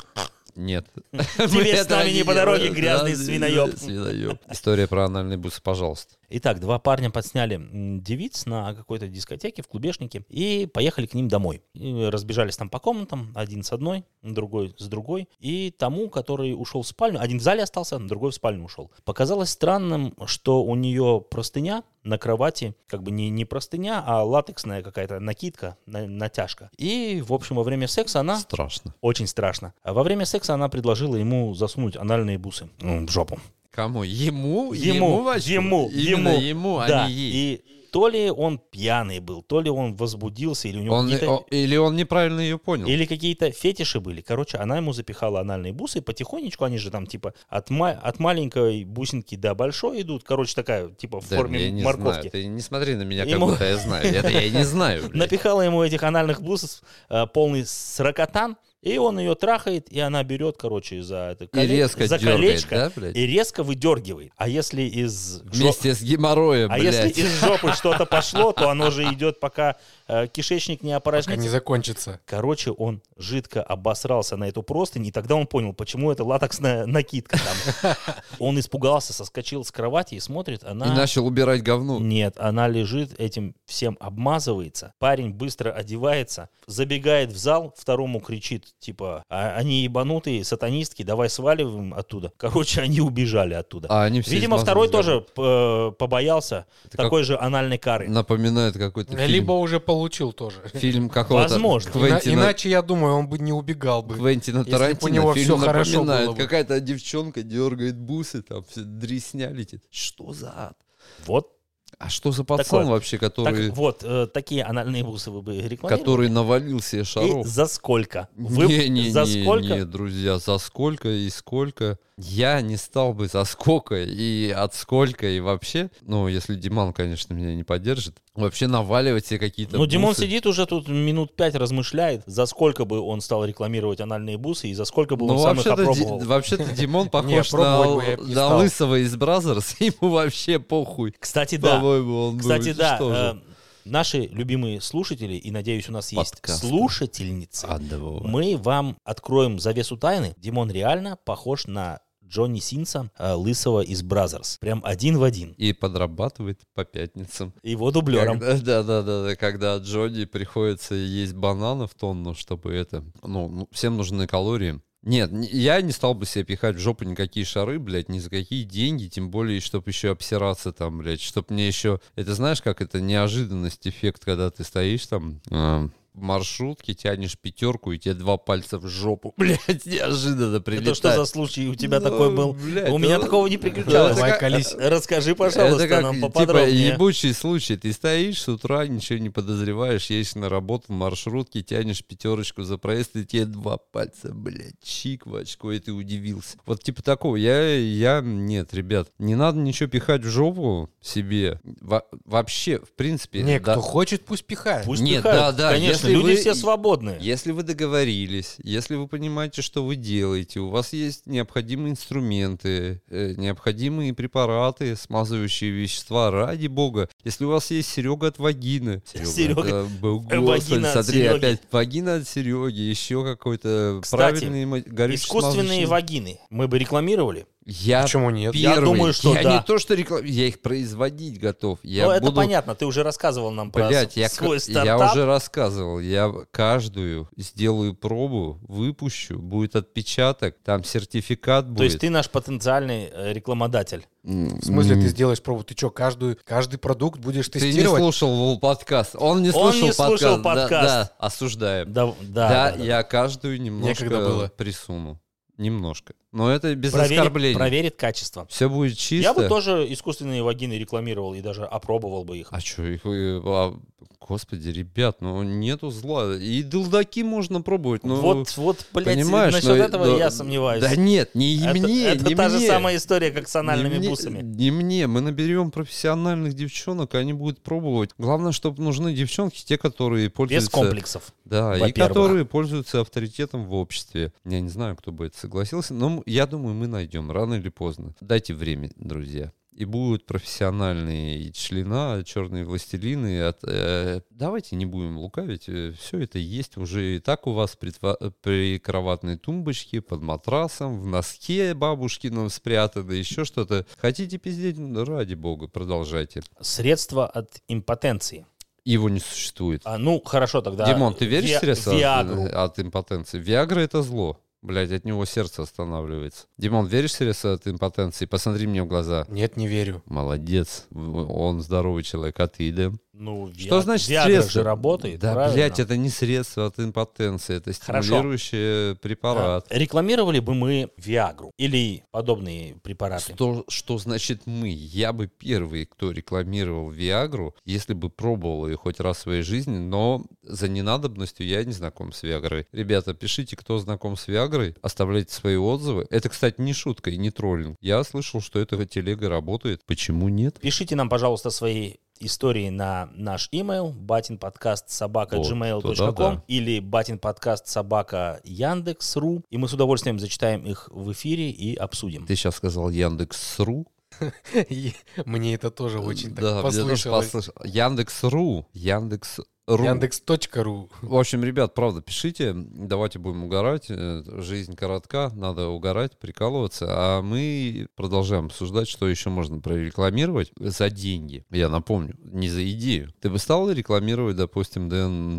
Speaker 2: Нет.
Speaker 1: Тебе с
Speaker 2: этого
Speaker 1: нами не по дороге,
Speaker 2: делаем.
Speaker 1: грязный
Speaker 2: Да,
Speaker 1: свиноёб.
Speaker 2: свиноёб. История про анальные бусы, пожалуйста.
Speaker 1: Итак, два парня подсняли м, девиц на какой-то дискотеке в клубешнике и поехали к ним домой. И разбежались там по комнатам, один с одной, другой с другой. И тому, который ушел в спальню, один в зале остался, другой в спальню ушел. Показалось странным, что у нее простыня на кровати, как бы не, не простыня, а латексная какая-то накидка, на- натяжка. И, в общем, во время секса она...
Speaker 2: Страшно.
Speaker 1: Очень страшно. А Во время секса она предложила ему засунуть анальные бусы ну, в жопу.
Speaker 2: Кому? Ему?
Speaker 1: Ему,
Speaker 2: вообще?
Speaker 1: ему,
Speaker 2: Именно
Speaker 1: ему.
Speaker 2: ему, а
Speaker 1: да,
Speaker 2: не ей.
Speaker 1: и то ли он пьяный был, то ли он возбудился, или у него
Speaker 2: Он-
Speaker 1: какие-то...
Speaker 2: о- или он неправильно ее понял.
Speaker 1: Или какие-то фетиши были. Короче, она ему запихала анальные бусы, и потихонечку они же там, типа, от, ма- от маленькой бусинки до большой идут. Короче, такая, типа, в
Speaker 2: Да, я
Speaker 1: форме
Speaker 2: не
Speaker 1: морковки.
Speaker 2: знаю. Ты не смотри на меня,
Speaker 1: Ему-
Speaker 2: как будто я знаю. Это я и не знаю. блядь.
Speaker 1: Напихала ему этих анальных бусов э, полный сракотан, и он ее трахает, и она берет, короче, за, это
Speaker 2: И
Speaker 1: коле-
Speaker 2: резко
Speaker 1: за
Speaker 2: дергает,
Speaker 1: колечко
Speaker 2: да, блядь?
Speaker 1: и резко выдергивает. А если из... жо-
Speaker 2: Вместе с геморроем,
Speaker 1: А
Speaker 2: блядь.
Speaker 1: если из жопы что-то пошло, то оно же идет, пока э, кишечник не
Speaker 4: Пока не
Speaker 1: опорожнится.
Speaker 4: закончится.
Speaker 1: Короче, он жидко обосрался на эту простынь, и тогда он понял, почему это латексная накидка там. Он испугался, соскочил с кровати и смотрит,
Speaker 2: И
Speaker 1: она...
Speaker 2: начал убирать говну.
Speaker 1: Нет, она лежит, этим всем обмазывается. Парень быстро одевается, забегает в зал, второму кричит, типа, «А- они ебанутые, сатанистки, давай сваливаем оттуда. Короче, они убежали оттуда.
Speaker 2: А они все
Speaker 1: Видимо,
Speaker 2: измазаны
Speaker 1: второй
Speaker 2: с говном.
Speaker 1: тоже э, побоялся
Speaker 2: Это как
Speaker 1: такой же анальной кары.
Speaker 2: Напоминает какой-то
Speaker 4: Либо
Speaker 2: фильм.
Speaker 4: уже получил тоже.
Speaker 2: Фильм какого-то
Speaker 1: Возможно.
Speaker 4: Ина-
Speaker 2: Квентина
Speaker 4: Иначе, я думаю, он бы не убегал бы.
Speaker 2: Квентина
Speaker 4: Если бы у
Speaker 2: Тарантино
Speaker 4: него
Speaker 2: фильм
Speaker 4: всё хорошо
Speaker 2: напоминает.
Speaker 4: было бы.
Speaker 2: Какая-то девчонка дергает бусы, там все дресня летит. Что за ад?
Speaker 1: Вот.
Speaker 2: А что за пацан
Speaker 1: вот.
Speaker 2: вообще,
Speaker 1: Так
Speaker 2: который,
Speaker 1: вот, э, такие анальные бусы вы бы рекламировали?
Speaker 2: который навалил себе
Speaker 1: И
Speaker 2: шаров?
Speaker 1: за сколько? Вы
Speaker 2: не, не,
Speaker 1: за
Speaker 2: не,
Speaker 1: сколько?
Speaker 2: не, друзья, за сколько и сколько? Я не стал бы за сколько и от сколько и вообще. Ну, если Диман, конечно, меня не поддержит. Вообще наваливать себе какие-то
Speaker 1: Ну, Димон
Speaker 2: бусы.
Speaker 1: сидит уже тут минут пять размышляет, за сколько бы он стал рекламировать анальные бусы и за сколько бы
Speaker 2: Ну,
Speaker 1: он сам их
Speaker 2: вообще-то, Ди-
Speaker 1: опробовал.
Speaker 2: вообще-то Димон
Speaker 4: Не,
Speaker 2: похож
Speaker 4: пробовать бы
Speaker 2: на,
Speaker 4: я б не
Speaker 2: на
Speaker 4: стал.
Speaker 2: Лысого из Бразерс, ему вообще похуй.
Speaker 1: Кстати, да.
Speaker 2: По-моему, он
Speaker 1: Кстати,
Speaker 2: будет
Speaker 1: да.
Speaker 2: что же.
Speaker 1: э, Наши любимые слушатели, и, надеюсь, у нас есть
Speaker 2: Подкасты.
Speaker 1: слушательницы,
Speaker 2: А, Адово.
Speaker 1: мы вам откроем завесу тайны. Димон реально похож на Джонни Синса, э, лысого из Бразерс. Прям один в один.
Speaker 2: И подрабатывает по пятницам.
Speaker 1: Его дублером.
Speaker 2: Да, да, да, да. Когда Джонни приходится есть бананов тонну, чтобы это. Ну, ну, всем нужны калории. Нет, н- я не стал бы себе пихать в жопу никакие шары, блядь, ни за какие деньги, тем более, чтобы еще обсираться там, блядь, чтобы мне еще... Это знаешь, как это неожиданность эффект, когда ты стоишь там э, в маршрутке, тянешь пятерку, и тебе два пальца в жопу, блядь, неожиданно прилетает.
Speaker 1: Это что за случай у
Speaker 2: Ну,
Speaker 1: тебя такой был? У меня такого не приключалось.
Speaker 4: Давай,
Speaker 2: как- э,
Speaker 4: колись.
Speaker 1: Расскажи, пожалуйста,
Speaker 2: это как,
Speaker 1: нам
Speaker 2: типа,
Speaker 1: поподробнее.
Speaker 2: ебучий случай. Ты стоишь с утра, ничего не подозреваешь, едешь на работу в маршрутке, тянешь пятерочку за проезд, и тебе два пальца, блядь, чик в очко, и ты удивился. Вот типа такого. Я, я, нет, ребят, не надо ничего пихать в жопу себе. Во- вообще, в принципе,
Speaker 4: Не,
Speaker 2: да-
Speaker 4: кто хочет, пусть пихает.
Speaker 1: Пусть
Speaker 2: Нет,
Speaker 1: пихают.
Speaker 2: да, да,
Speaker 1: Конечно,
Speaker 2: если
Speaker 1: люди
Speaker 2: вы-
Speaker 1: все свободные.
Speaker 2: Если вы договорились, если вы понимаете, что вы делаете, у вас есть необходимые инструменты, э, необходимые препараты, смазывающие вещества, ради бога. Если у вас есть Серега от вагины.
Speaker 1: Серега.
Speaker 2: да, б-
Speaker 1: Э,
Speaker 2: господи,
Speaker 1: вагина от
Speaker 2: смотри,
Speaker 1: Сереги.
Speaker 2: опять вагина от Сереги, еще какой-то
Speaker 1: Кстати,
Speaker 2: правильный ма- горючий
Speaker 1: Искусственные
Speaker 2: смазочный-
Speaker 1: вагины мы бы рекламировали.
Speaker 2: Я
Speaker 4: Почему нет?
Speaker 1: Я
Speaker 2: первый.
Speaker 1: думаю, что
Speaker 2: я
Speaker 1: да.
Speaker 2: не то, что реклам... я их производить готов. Я
Speaker 1: Но это
Speaker 2: буду
Speaker 1: понятно, ты уже рассказывал нам про
Speaker 2: Блять,
Speaker 1: с-
Speaker 2: я,
Speaker 1: свой
Speaker 2: к- я
Speaker 1: стартап.
Speaker 2: уже рассказывал, я каждую сделаю пробу, выпущу, будет отпечаток, там сертификат будет.
Speaker 1: То есть ты наш потенциальный э, рекламодатель.
Speaker 2: М,
Speaker 4: В смысле, ты
Speaker 2: м.
Speaker 4: сделаешь пробу? Ты что, каждую, каждый продукт будешь
Speaker 2: Ты не
Speaker 4: тестировать?
Speaker 2: слушал вол- подкаст. Он не
Speaker 1: Он
Speaker 2: слушал
Speaker 1: не слушал
Speaker 2: подкаст. Да,
Speaker 1: подкаст.
Speaker 2: Да, осуждаем.
Speaker 1: Да, да,
Speaker 2: Да,
Speaker 1: да, да.
Speaker 2: я каждую немножко
Speaker 4: Некогда было.
Speaker 2: присуну. Немножко. Но это без
Speaker 1: проверит,
Speaker 2: оскорблений.
Speaker 1: проверит качество.
Speaker 2: Все будет чисто.
Speaker 1: Я бы тоже искусственные вагины рекламировал и даже опробовал бы их.
Speaker 2: А что, их... э, а, господи, ребят, ну нету зла. И долдаки можно пробовать. ну но-
Speaker 1: вот, вот, блядь,
Speaker 2: Понимаешь,
Speaker 1: насчет
Speaker 2: но-
Speaker 1: этого
Speaker 2: но-
Speaker 1: я сомневаюсь.
Speaker 2: Да нет, не
Speaker 1: это
Speaker 2: мне,
Speaker 1: это
Speaker 2: не
Speaker 1: та
Speaker 2: мне.
Speaker 1: же самая история, как с
Speaker 2: Не
Speaker 1: анальными
Speaker 2: мне-
Speaker 1: бусами.
Speaker 2: Не мне, мы наберем профессиональных девчонок, и они будут пробовать. Главное, чтобы нужны девчонки, те, которые
Speaker 1: Без
Speaker 2: пользуются...
Speaker 1: комплексов.
Speaker 2: Да, и
Speaker 1: во-первых.
Speaker 2: которые пользуются авторитетом в обществе. Я не знаю, кто бы это согласился, но м- я думаю, мы найдем, рано или поздно. Дайте время, друзья. И будут профессиональные и члена, черные властелины. от, э, давайте не будем лукавить. Все это есть уже и так у вас при, э, при кроватной тумбочке, под матрасом, в носке бабушкином спрятано, еще что-то. Хотите пиздеть? Ну, Ради бога, продолжайте.
Speaker 1: Средства от импотенции.
Speaker 2: Его не существует.
Speaker 1: А, ну, хорошо тогда.
Speaker 2: Димон, ты веришь в
Speaker 1: Ви-
Speaker 2: средства от-
Speaker 1: Виагру.
Speaker 2: от, импотенции? Виагра это зло. Блять, от него сердце останавливается. Димон, веришь в средства от импотенции? Посмотри мне в глаза.
Speaker 4: Нет, не верю.
Speaker 2: Молодец. В- Он здоровый человек, а ты, Дэм?
Speaker 1: Ну,
Speaker 2: Что
Speaker 1: Виаг-
Speaker 2: значит
Speaker 1: Виагра
Speaker 2: средство?
Speaker 1: же работает,
Speaker 2: Да,
Speaker 1: правильно?
Speaker 2: блядь, это не средство от импотенции, это
Speaker 1: Хорошо.
Speaker 2: стимулирующий препарат.
Speaker 1: А, Рекламировали бы мы Виагру или подобные препараты.
Speaker 2: Что, что значит мы? Я бы первый, кто рекламировал Виагру, если бы пробовал ее хоть раз в своей жизни, но за ненадобностью я не знаком с Виагрой. Ребята, пишите, кто знаком с Виагрой, оставляйте свои отзывы. Это, кстати, не шутка и не троллинг. Я слышал, что эта телега работает. Почему нет?
Speaker 1: Пишите нам, пожалуйста, свои истории на наш email batinpodcast собака
Speaker 2: Вот, туда-да.
Speaker 1: или batinpodcast собака яндекс.ру, и мы с удовольствием зачитаем их в эфире и обсудим.
Speaker 2: Ты сейчас сказал Яндекс.ру.
Speaker 4: И Мне это тоже очень
Speaker 2: Да, мне тоже
Speaker 4: так послышалось.
Speaker 2: послышал- Яндекс.ру. Яндекс.ру.
Speaker 4: Яндекс.ру.
Speaker 2: В общем, ребят, правда, пишите, давайте будем угорать. э, Жизнь коротка, надо угорать, прикалываться. А мы продолжаем обсуждать, что еще можно прорекламировать за деньги. Я напомню, не за идею. Ты бы стал рекламировать, допустим,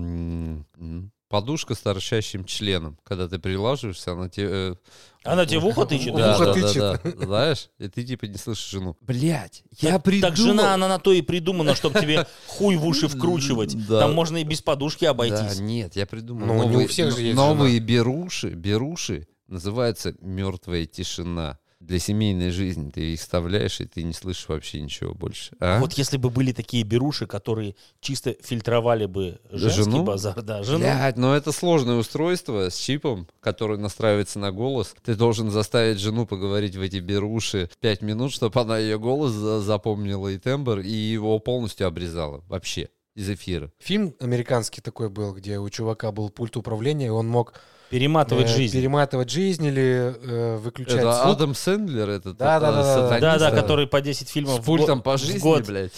Speaker 2: Дэн, м, подушка с торчащим членом. Когда ты прилаживаешься, она тебе э,
Speaker 1: Она тебе в ухо тычет?
Speaker 4: Да, ухо
Speaker 2: да,
Speaker 4: тычет.
Speaker 2: да, да. знаешь, и ты типа не слышишь жену. Блять, я придумал.
Speaker 1: Так жена, она на то и придумана, чтобы тебе хуй в уши вкручивать.
Speaker 2: Да.
Speaker 1: Там можно и без подушки обойтись.
Speaker 2: Да, нет, я придумал.
Speaker 4: Ну, не у всех же есть
Speaker 2: новые беруши, беруши называется «Мертвая тишина». Для семейной жизни ты их вставляешь, и ты не слышишь вообще ничего больше. А?
Speaker 1: Вот если бы были такие беруши, которые чисто фильтровали бы женский
Speaker 2: Жену?
Speaker 1: базар, да, жену.
Speaker 2: Блядь, но это сложное устройство с чипом, который настраивается на голос. Ты должен заставить жену поговорить в эти беруши пять минут, чтобы она ее голос за- запомнила и тембр, и его полностью обрезала вообще из эфира.
Speaker 4: Фильм американский такой был, где у чувака был пульт управления, и он мог э,
Speaker 1: Перематывать жизнь.
Speaker 4: перематывать жизнь или э, выключать
Speaker 2: Это
Speaker 4: звук.
Speaker 2: Адам Сэндлер, этот
Speaker 4: Да-да-да-да.
Speaker 2: э, сатанист,
Speaker 1: Да, да,
Speaker 2: э,
Speaker 1: который по 10 фильмов
Speaker 2: с пультом
Speaker 1: в,
Speaker 2: по
Speaker 1: год,
Speaker 2: жизни,
Speaker 1: в год,
Speaker 2: блядь.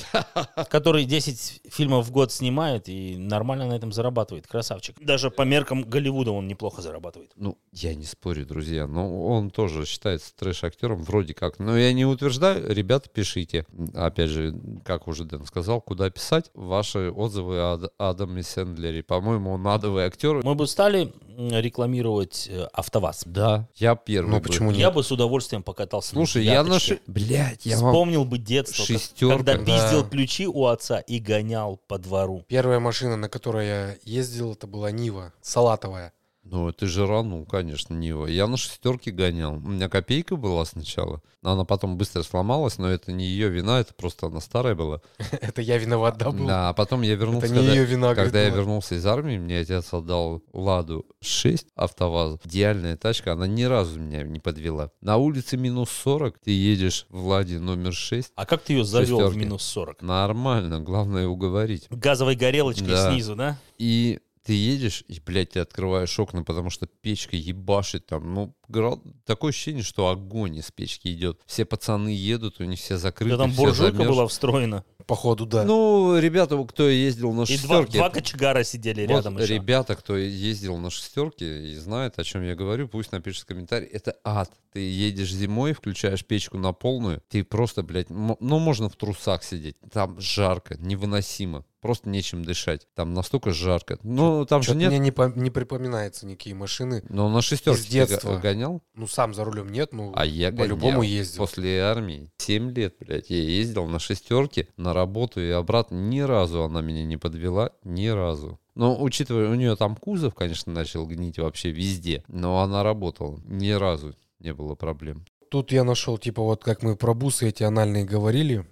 Speaker 1: который 10 фильмов в год снимает и нормально на этом зарабатывает, красавчик. Даже по меркам Голливуда он неплохо зарабатывает.
Speaker 2: Ну, я не спорю, друзья, но он тоже считается трэш-актером вроде как. Но я не утверждаю, ребята, пишите. Опять же, как уже Дэн сказал, куда писать ваши отзывы о Ад- Адаме Сэндлере. По-моему, он адовый актер.
Speaker 1: Мы бы стали м, рекламировать э, АвтоВАЗ.
Speaker 2: Да, я первый.
Speaker 4: Ну
Speaker 2: бы.
Speaker 4: почему
Speaker 1: Я
Speaker 4: нет?
Speaker 1: бы с удовольствием покатался. на
Speaker 2: Слушай, я
Speaker 1: «девяточке».
Speaker 2: наши... Блядь, я вам...
Speaker 1: Вспомнил бы детство, как-
Speaker 2: Шестерка.
Speaker 1: когда
Speaker 2: Да.
Speaker 1: пиздил ключи у отца и гонял по двору.
Speaker 4: Первая машина, на которой я ездил, это была Нива, салатовая.
Speaker 2: Ну, ты же ранул, конечно, Нива. Я на шестерке гонял. У меня копейка была сначала. Она потом быстро сломалась, но это не ее вина, это просто она старая была.
Speaker 4: Это я виноват, да, был?
Speaker 2: Да, а потом я вернулся...
Speaker 4: Это не
Speaker 2: когда-
Speaker 4: ее вина,
Speaker 2: Когда я
Speaker 4: говорит, ну,
Speaker 2: вернулся из армии, мне отец отдал «Ладу 6» автоваз. Идеальная тачка, она ни разу меня не подвела. На улице минус 40 ты едешь в «Ладе» номер 6.
Speaker 1: А как ты ее завел в
Speaker 2: Шестерки.
Speaker 1: минус 40?
Speaker 2: Нормально, главное уговорить.
Speaker 1: Газовой горелочкой
Speaker 2: Да.
Speaker 1: снизу, да?
Speaker 2: И ты едешь, и, блядь, ты открываешь окна, потому что печка ебашит там. Ну, гра- такое ощущение, что огонь из печки идет. Все пацаны едут, у них все закрыты,
Speaker 1: Да там
Speaker 2: все
Speaker 1: буржуйка
Speaker 2: замерз-
Speaker 1: была встроена.
Speaker 4: Походу, да.
Speaker 2: Ну, ребята, кто ездил на
Speaker 1: И два,
Speaker 2: шестерке,
Speaker 1: два кочегара сидели
Speaker 2: Ну, Вот,
Speaker 1: рядом еще.
Speaker 2: ребята, кто ездил на шестерке и знает, о чем я говорю, пусть напишет комментарий. Это ад. Ты едешь зимой, включаешь печку на полную, ты просто, блядь, м- ну можно в трусах сидеть. Там жарко, невыносимо. Просто нечем дышать. Там настолько жарко. Ну, там
Speaker 4: Чё-то
Speaker 2: же нет.
Speaker 4: мне не, пом- не припоминается никакие машины.
Speaker 2: Но на шестерке
Speaker 4: Из
Speaker 2: ты
Speaker 4: детства.
Speaker 2: га- гонял,
Speaker 4: Ну, сам за рулем нет, ну,
Speaker 2: а я гонял.
Speaker 4: по-любому ездил.
Speaker 2: После армии 7 лет, блядь, я ездил на шестерке на работу и обратно. Ни разу она меня не подвела, ни разу. Но учитывая, у нее там кузов, конечно, начал гнить вообще везде, но она работала. Ни разу не было проблем.
Speaker 4: Тут я нашел, типа, вот как мы про бусы эти анальные говорили,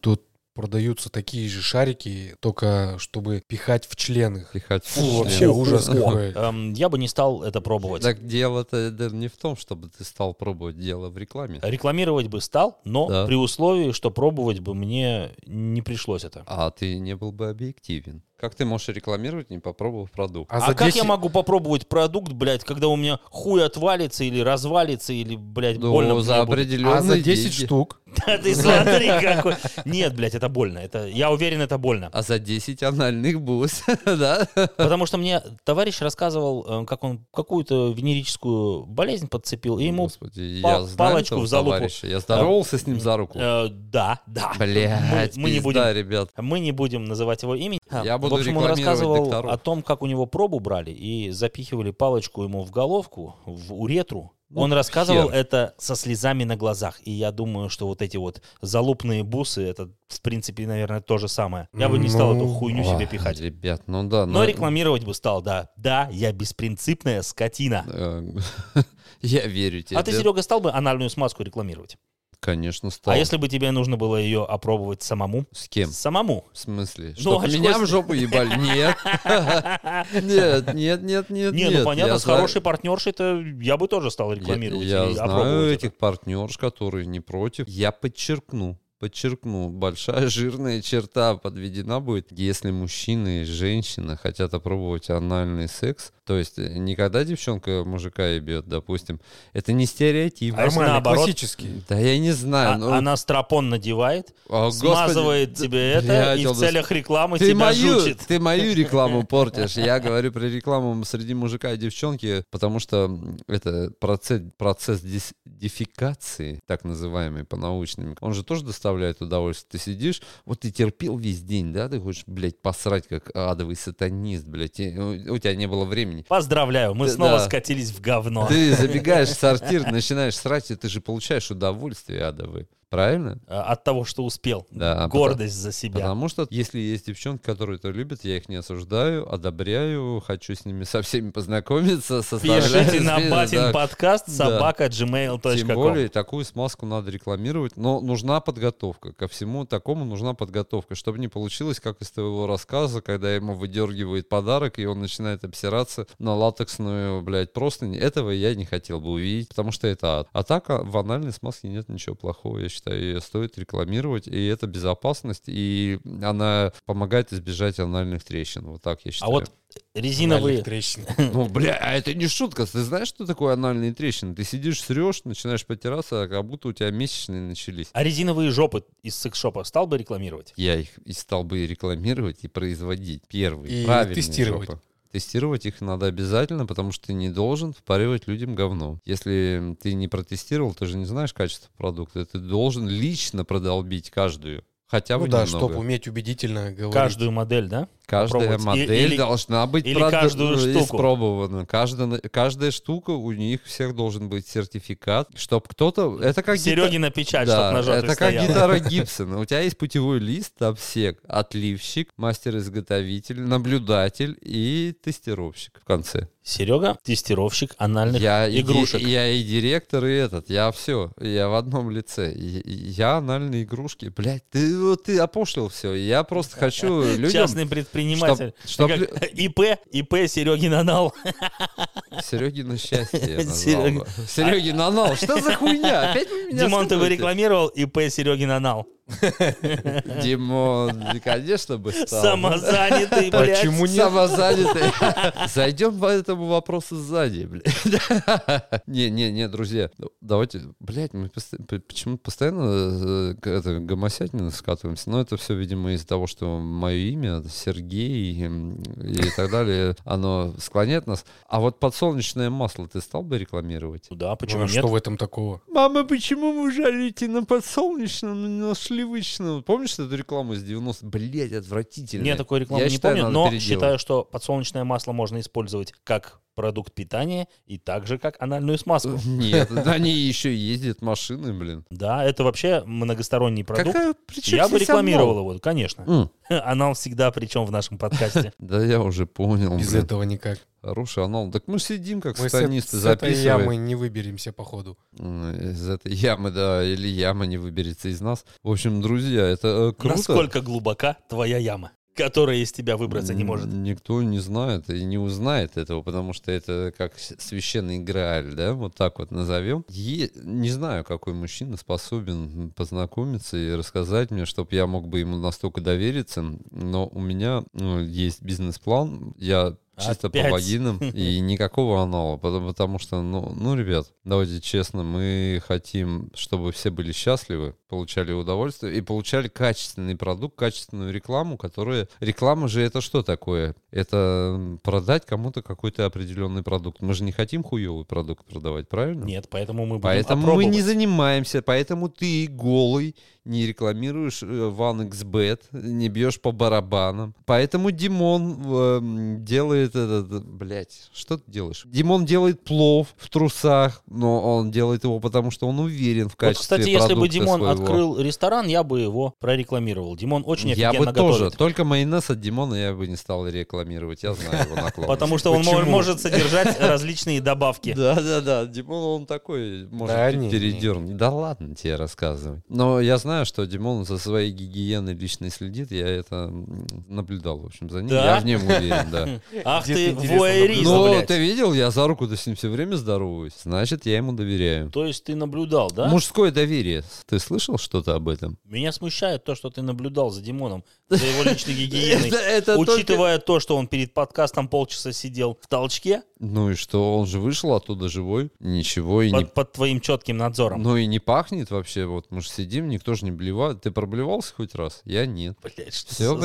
Speaker 4: тут продаются такие же шарики, только чтобы пихать в член их.
Speaker 2: Пихать
Speaker 4: Фу,
Speaker 2: в
Speaker 4: вообще
Speaker 2: член.
Speaker 4: ну, ужас какой.
Speaker 1: Эм, я бы не стал это пробовать.
Speaker 2: Так дело-то да, не в том, чтобы ты стал пробовать дело в рекламе,
Speaker 1: Рекламировать бы стал, но
Speaker 2: Да.
Speaker 1: при условии, что пробовать бы мне не пришлось это.
Speaker 2: а ты не был бы объективен. Как ты можешь рекламировать, не попробовав продукт?
Speaker 1: А,
Speaker 4: за
Speaker 1: как
Speaker 4: 10
Speaker 1: я могу попробовать продукт, блядь, когда у меня хуй отвалится или развалится, или, блядь,
Speaker 2: Ну,
Speaker 1: больно мне
Speaker 2: за
Speaker 1: будет?
Speaker 2: определенные
Speaker 4: А за 10
Speaker 2: деньги.
Speaker 4: штук
Speaker 1: Да ты смотри какой. Нет, блядь, это больно. Это, я уверен, это больно.
Speaker 2: А за 10 анальных бус, да?
Speaker 1: Потому что мне товарищ рассказывал, э, как он какую-то венерическую болезнь подцепил, и ему...
Speaker 2: Господи,
Speaker 1: па-
Speaker 2: я знаю
Speaker 1: палочку
Speaker 2: этого
Speaker 1: в залупу.
Speaker 2: товарища. Я здоровался с ним за руку.
Speaker 1: э, Да, да.
Speaker 2: Блять,
Speaker 1: мы- мы не будем-
Speaker 2: ребят.
Speaker 1: Мы не будем называть его имя.
Speaker 2: Я буду
Speaker 1: в общем, он
Speaker 2: рекламировать
Speaker 1: рассказывал
Speaker 2: докторов.
Speaker 1: о том, как у него пробу брали и запихивали палочку ему в головку, в уретру,
Speaker 2: Ну,
Speaker 1: Он рассказывал
Speaker 2: хер.
Speaker 1: это со слезами на глазах. И я думаю, что вот эти вот залупные бусы, это, в принципе, наверное, то же самое. Я бы не стал
Speaker 4: Ну,
Speaker 1: эту хуйню
Speaker 2: Ой,
Speaker 1: себе пихать.
Speaker 2: Ребят, ну да.
Speaker 1: Но рекламировать бы стал, да. Да, я беспринципная скотина.
Speaker 2: Эм, Я верю тебе.
Speaker 1: А ты,
Speaker 2: да,
Speaker 1: Серега, стал бы анальную смазку рекламировать?
Speaker 2: Конечно, стал.
Speaker 1: А если бы тебе нужно было ее опробовать самому?
Speaker 2: С кем?
Speaker 1: Самому.
Speaker 2: В смысле?
Speaker 1: Ну,
Speaker 2: Чтоб
Speaker 1: а
Speaker 2: меня
Speaker 1: чего
Speaker 2: в
Speaker 1: с-
Speaker 2: жопу ебали? Нет. Нет, нет, нет, нет,
Speaker 1: Не,
Speaker 2: нет.
Speaker 1: ну понятно,
Speaker 2: Я
Speaker 1: с
Speaker 2: знаю-
Speaker 1: хорошей партнершей-то я бы тоже стал
Speaker 2: Я-
Speaker 1: рекламировать.
Speaker 2: Я,
Speaker 1: и
Speaker 2: знаю
Speaker 1: опробовать это.
Speaker 2: этих партнерш, которые не против. Я подчеркну, подчеркну, большая жирная черта подведена будет. Если мужчина и женщина хотят опробовать анальный секс, то есть э, никогда девчонка мужика ебет, допустим, это не стереотип.
Speaker 1: А если
Speaker 4: Нормальный,
Speaker 1: наоборот?
Speaker 4: классический.
Speaker 2: Да я не знаю.
Speaker 1: А-
Speaker 2: ну,
Speaker 1: Она стропон надевает,
Speaker 2: а, господи,
Speaker 1: смазывает
Speaker 2: да-
Speaker 1: тебе это
Speaker 2: блядь,
Speaker 1: и в
Speaker 2: он
Speaker 1: целях рекламы
Speaker 2: ты
Speaker 1: тебя
Speaker 2: мою,
Speaker 1: жучит.
Speaker 2: ты мою рекламу портишь. Я говорю про рекламу среди мужика и девчонки, потому что м, это процесс, процесс дис- дефекации, так называемый по-научному, он же тоже доставляет удовольствие. Ты сидишь, вот ты терпел весь день, да, ты хочешь, блядь, посрать, как адовый сатанист, блядь, и у, у тебя не было времени.
Speaker 1: Поздравляю, мы
Speaker 2: Ты-
Speaker 1: снова
Speaker 2: да.
Speaker 1: скатились в говно. э,
Speaker 2: Ты забегаешь в сортир, начинаешь срать, и ты же получаешь удовольствие адовое. Правильно?
Speaker 1: А, От того, что успел.
Speaker 2: Да,
Speaker 1: Гордость за себя.
Speaker 2: Потому что если есть девчонки, которые это любят, я их не осуждаю, одобряю, хочу с ними со всеми познакомиться, составляю
Speaker 1: Пишите на
Speaker 2: список,
Speaker 1: батин
Speaker 2: да.
Speaker 1: подкаст
Speaker 2: Да.
Speaker 1: собака
Speaker 2: Тем более такую смазку надо рекламировать, но нужна подготовка. Ко всему такому нужна подготовка, чтобы не получилось, как из твоего рассказа, когда ему выдергивает подарок, и он начинает обсираться на латексную, блядь, простынь. Этого я не хотел бы увидеть, потому что это ад. А так а, в анальной смазке нет ничего плохого, я считаю, ее стоит рекламировать, и это безопасность, и она помогает избежать анальных трещин. Вот так я
Speaker 1: А
Speaker 2: считаю.
Speaker 1: вот резиновые...
Speaker 4: Анальных трещин.
Speaker 2: Ну, бля, а это не шутка. Ты знаешь, что такое анальные трещины? Ты сидишь, срешь, начинаешь потираться, а как будто у тебя месячные начались.
Speaker 1: А резиновые жопы из секс-шопа стал бы рекламировать?
Speaker 2: Я их и стал бы и рекламировать, и производить. Первый.
Speaker 4: И
Speaker 2: правильные
Speaker 4: тестировать.
Speaker 2: жопы. Тестировать их надо обязательно, потому что ты не должен впаривать людям говно. Если ты не протестировал, ты же не знаешь качество продукта. Ты должен лично продолбить каждую. Хотя бы
Speaker 4: Ну да,
Speaker 2: немного.
Speaker 4: чтобы уметь убедительно говорить.
Speaker 1: Каждую модель, да?
Speaker 2: Каждая
Speaker 1: попробовать. И-
Speaker 2: модель
Speaker 1: или-
Speaker 2: должна быть
Speaker 1: или
Speaker 2: прод-
Speaker 1: каждую штуку.
Speaker 2: испробована. Каждая, каждая штука, у них всех должен быть сертификат, чтоб кто-то... Это как гита-
Speaker 1: Серегина печать, чтоб на
Speaker 2: Да,
Speaker 1: жопе
Speaker 2: это как
Speaker 1: стояла.
Speaker 2: гитара Гибсона. У тебя есть путевой лист, там все отливщик, мастер-изготовитель, наблюдатель и тестировщик в конце.
Speaker 1: Серега — тестировщик анальных
Speaker 2: Я и,
Speaker 1: игрушек.
Speaker 2: ди- я и директор, и этот, я все, я в одном лице. И- и Я анальные игрушки, блядь, ты, вот ты опошлил все. Я просто хочу людям...
Speaker 1: Частный предприниматель.
Speaker 2: чтоб-
Speaker 1: Ты
Speaker 2: чтоб
Speaker 1: как ИП, ИП Серегин анал.
Speaker 2: Серегина счастье я назвал
Speaker 1: Серега-
Speaker 2: бы. Серегина анал, что за хуйня? Опять вы меня
Speaker 1: Димон, ты бы
Speaker 2: оскорбите.
Speaker 1: рекламировал ИП Серегин анал.
Speaker 2: Димон, да, конечно бы стал.
Speaker 1: Самозанятый, блядь.
Speaker 4: Почему нет?
Speaker 2: Самозанятый. Зайдем по этому вопросу сзади, блядь. Не, не, не, друзья, давайте, блядь, мы пост- п- почему постоянно э, к это, гомосятину скатываемся, но это все, видимо, из-за того, что мое имя, Сергей м, и так далее, оно склоняет нас. А вот подсолнечное масло ты стал бы рекламировать?
Speaker 1: Да, почему
Speaker 2: а
Speaker 4: Ну,
Speaker 1: нет?
Speaker 4: Что в этом такого?
Speaker 2: Мама, почему вы жарите на подсолнечном, на сливочном? Помнишь эту рекламу из 90-х? Блять, отвратительно.
Speaker 1: Я такой рекламы
Speaker 2: Я
Speaker 1: не
Speaker 2: считаю,
Speaker 1: помню,
Speaker 2: надо
Speaker 1: но
Speaker 2: переделывать.
Speaker 1: считаю, что подсолнечное масло можно использовать как продукт питания и также как анальную смазку.
Speaker 2: Нет, да они еще ездят машины, блин.
Speaker 1: Да, это вообще многосторонний продукт.
Speaker 2: Какая причем
Speaker 1: Я бы
Speaker 2: здесь анал?
Speaker 1: рекламировал его, конечно.
Speaker 2: М,
Speaker 1: Анал всегда причем в нашем подкасте.
Speaker 2: Да я уже понял.
Speaker 4: Без
Speaker 2: блин.
Speaker 4: этого никак.
Speaker 2: Хороший анал. Так мы сидим, как
Speaker 4: Мы с, эт-
Speaker 2: станисты,
Speaker 4: с этой ямы
Speaker 2: записываем.
Speaker 4: не выберемся, походу.
Speaker 2: М, Из этой ямы, да, или яма не выберется из нас. В общем, друзья, это э, круто.
Speaker 1: Насколько глубока твоя яма, которая из тебя выбраться не
Speaker 2: М,
Speaker 1: может.
Speaker 2: Никто не знает и не узнает этого, потому что это как с- священный грааль, да, вот так вот назовем. Е- не знаю, какой мужчина способен познакомиться и рассказать мне, чтобы я мог бы ему настолько довериться, но у меня ну, есть бизнес-план, я чисто
Speaker 1: Опять.
Speaker 2: по вагинам и никакого анала, потому, потому что, ну, ну, ребят, давайте честно, мы хотим, чтобы все были счастливы, получали удовольствие и получали качественный продукт, качественную рекламу, которая... Реклама же это что такое? Это м, продать кому-то какой-то определенный продукт. Мы же не хотим хуевый продукт продавать, правильно?
Speaker 1: Нет, поэтому мы будем
Speaker 2: Поэтому мы не
Speaker 1: опробовать.
Speaker 2: занимаемся, поэтому ты голый, не рекламируешь э, OneXBet, не бьешь по барабанам. Поэтому Димон эм, делает делает этот, блядь, что ты делаешь? Димон делает плов в трусах, но он делает его потому, что он уверен в
Speaker 1: Вот,
Speaker 2: качестве
Speaker 1: кстати, если бы
Speaker 2: продукта
Speaker 1: Димон
Speaker 2: своего.
Speaker 1: открыл ресторан, я бы его прорекламировал. Димон очень
Speaker 2: я
Speaker 1: офигенно
Speaker 2: бы тоже,
Speaker 1: готовит.
Speaker 2: только майонез от Димона я бы не стал рекламировать, я знаю его наклонность.
Speaker 1: Потому что он мо-
Speaker 2: Почему?
Speaker 1: может содержать различные добавки.
Speaker 2: Да, да, да. Димон, он такой, может,
Speaker 4: Да
Speaker 2: ты
Speaker 4: не, не.
Speaker 2: передернуть. Да ладно тебе рассказывай. Но я знаю, что Димон за своей гигиеной личной следит. Я это м, наблюдал, в общем, за ним.
Speaker 1: Да?
Speaker 2: Я в нем уверен, да.
Speaker 1: Ах
Speaker 4: Где
Speaker 1: ты,
Speaker 4: ты, интересно,
Speaker 1: вуайерист,
Speaker 2: Ну,
Speaker 1: блядь.
Speaker 2: ты видел, я за руку-то с ним все время здороваюсь. Значит, я ему доверяю.
Speaker 1: То есть ты наблюдал, да?
Speaker 2: Мужское доверие. Ты слышал что-то об этом?
Speaker 1: Меня смущает то, что ты наблюдал за Димоном, за его личной гигиеной.
Speaker 2: это
Speaker 1: Учитывая то, что он перед подкастом полчаса сидел в толчке
Speaker 2: Ну и что, он же вышел оттуда живой. Ничего и не
Speaker 1: под, под твоим четким надзором.
Speaker 2: Ну и не пахнет вообще. Вот мы же сидим, никто же не блевает. Ты проблевался хоть раз? Я нет.
Speaker 1: Блядь, что
Speaker 2: Все
Speaker 1: за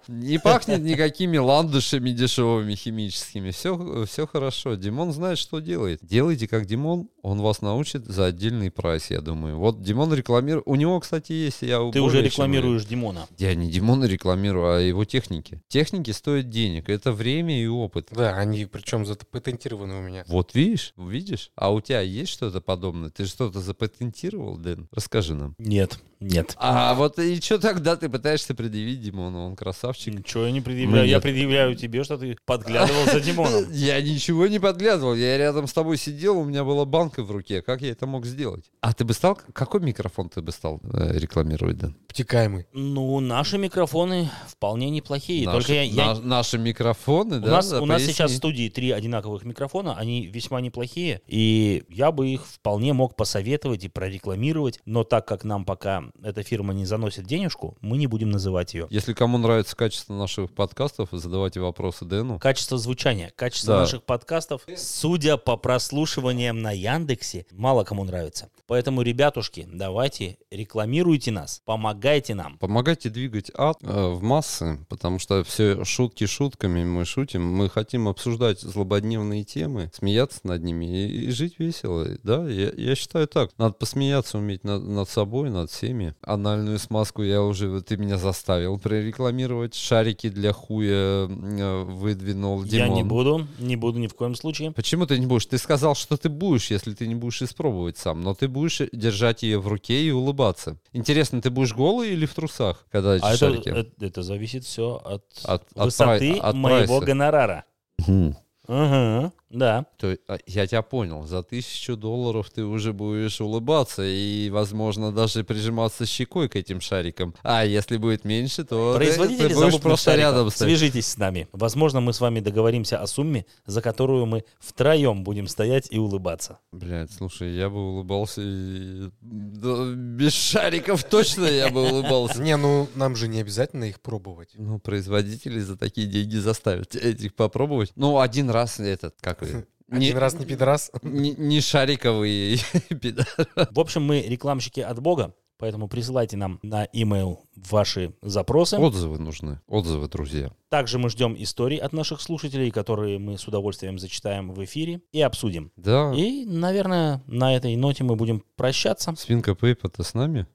Speaker 1: сатана?
Speaker 2: Не пахнет никакими ландышами дешевыми химическими. Все, все хорошо. Димон знает, что делает. Делайте как Димон, он вас научит за отдельный прайс, я думаю. Вот Димон рекламирует. У него, кстати, есть. Я
Speaker 1: Ты
Speaker 2: более
Speaker 1: уже
Speaker 2: чем
Speaker 1: рекламируешь Димона.
Speaker 2: уверен. Я не Димона рекламирую, а его техники. Техники стоят денег. Это время и опыт.
Speaker 4: Да, они причем запатентированы у меня.
Speaker 2: Вот видишь, видишь? А у тебя есть что-то подобное? Ты что-то запатентировал, Дэн? Расскажи нам.
Speaker 1: Нет, нет.
Speaker 2: А вот и что тогда ты пытаешься предъявить Димону? Он красавчик.
Speaker 1: Ничего я не предъявляю.
Speaker 2: Мы
Speaker 1: Я
Speaker 2: нет.
Speaker 1: предъявляю тебе, что ты подглядывал за Димоном.
Speaker 2: Я ничего не подглядывал. Я рядом с тобой сидел, у меня была банка в руке. Как я это мог сделать? А ты бы стал... Какой микрофон ты бы стал э, рекламировать, Дэн?
Speaker 4: Обтекаемый.
Speaker 1: Ну, наши микрофоны вполне неплохие.
Speaker 2: Наши-
Speaker 1: Только я- я...
Speaker 2: на- Наши микрофоны,
Speaker 1: У
Speaker 2: да?
Speaker 1: нас,
Speaker 2: да,
Speaker 1: у нас
Speaker 2: поясни.
Speaker 1: сейчас в студии три одинаковых микрофона, они весьма неплохие, и я бы их вполне мог посоветовать и прорекламировать, но так как нам пока эта фирма не заносит денежку, мы не будем называть ее.
Speaker 2: Если кому нравится качество наших подкастов, задавайте вопросы Дэну.
Speaker 1: Качество звучания, качество
Speaker 2: Да.
Speaker 1: наших подкастов, судя по прослушиваниям на Яндексе, мало кому нравится. Поэтому, ребятушки, давайте рекламируйте нас, помогайте нам.
Speaker 2: Помогайте двигать ад э, в массы, потому что все шутки шутками мы шутим. Мы хотим обсуждать злободневные темы, смеяться над ними и, и жить весело. Да, я, я считаю так. Надо посмеяться уметь над, над собой, над всеми. Анальную смазку я уже... Ты меня заставил прорекламировать. Шарики для хуя э, выдвинул
Speaker 1: Я
Speaker 2: Димон.
Speaker 1: не буду, не буду ни в коем случае.
Speaker 2: Почему ты не будешь? Ты сказал, что ты будешь, если ты не будешь испробовать сам, но ты будешь держать ее в руке и улыбаться. Интересно, ты будешь голый или в трусах, когда эти
Speaker 1: А это,
Speaker 2: шарики?
Speaker 1: э- это зависит все от,
Speaker 2: От- от
Speaker 1: высоты
Speaker 2: прай- от
Speaker 1: моего
Speaker 2: прайса.
Speaker 1: гонорара.
Speaker 2: Мгм.
Speaker 1: Ага, да.
Speaker 2: То е- а, я тебя понял. За тысячу долларов ты уже будешь улыбаться и, возможно, даже прижиматься щекой к этим шарикам. А если будет меньше, то ты-
Speaker 1: Производители
Speaker 2: ты будешь
Speaker 1: залупных
Speaker 2: э, просто
Speaker 1: шариков,
Speaker 2: рядом стоять.
Speaker 1: свяжитесь с нами. Возможно, мы с вами договоримся о сумме, за которую мы втроем будем стоять и улыбаться.
Speaker 2: Блядь, слушай, я бы улыбался и- да, без шариков точно я бы улыбался.
Speaker 4: Не, ну нам же не обязательно их пробовать.
Speaker 2: Ну, производители за такие деньги заставят этих попробовать. Ну, один раз этот, как вы?
Speaker 4: Один раз не пидорас.
Speaker 2: Не, не шариковые пида-
Speaker 1: В общем, мы рекламщики от Бога, поэтому присылайте нам на e-mail ваши запросы.
Speaker 2: Отзывы нужны. Отзывы, друзья.
Speaker 1: Также мы ждем историй от наших слушателей, которые мы с удовольствием зачитаем в эфире и обсудим.
Speaker 2: Да.
Speaker 1: И, наверное, на этой ноте мы будем прощаться.
Speaker 2: Свинка Пеппа, ты с нами?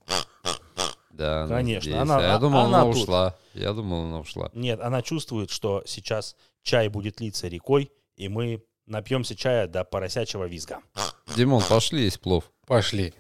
Speaker 2: Да, она
Speaker 1: Конечно,
Speaker 2: здесь.
Speaker 1: она-
Speaker 2: А я
Speaker 1: а-
Speaker 2: думал,
Speaker 1: она
Speaker 2: она
Speaker 1: тут.
Speaker 2: ушла. Я думал, она ушла.
Speaker 1: Нет, она чувствует, что сейчас чай будет литься рекой, и мы напьемся чая до поросячего визга.
Speaker 2: Димон, пошли есть плов.
Speaker 4: Пошли.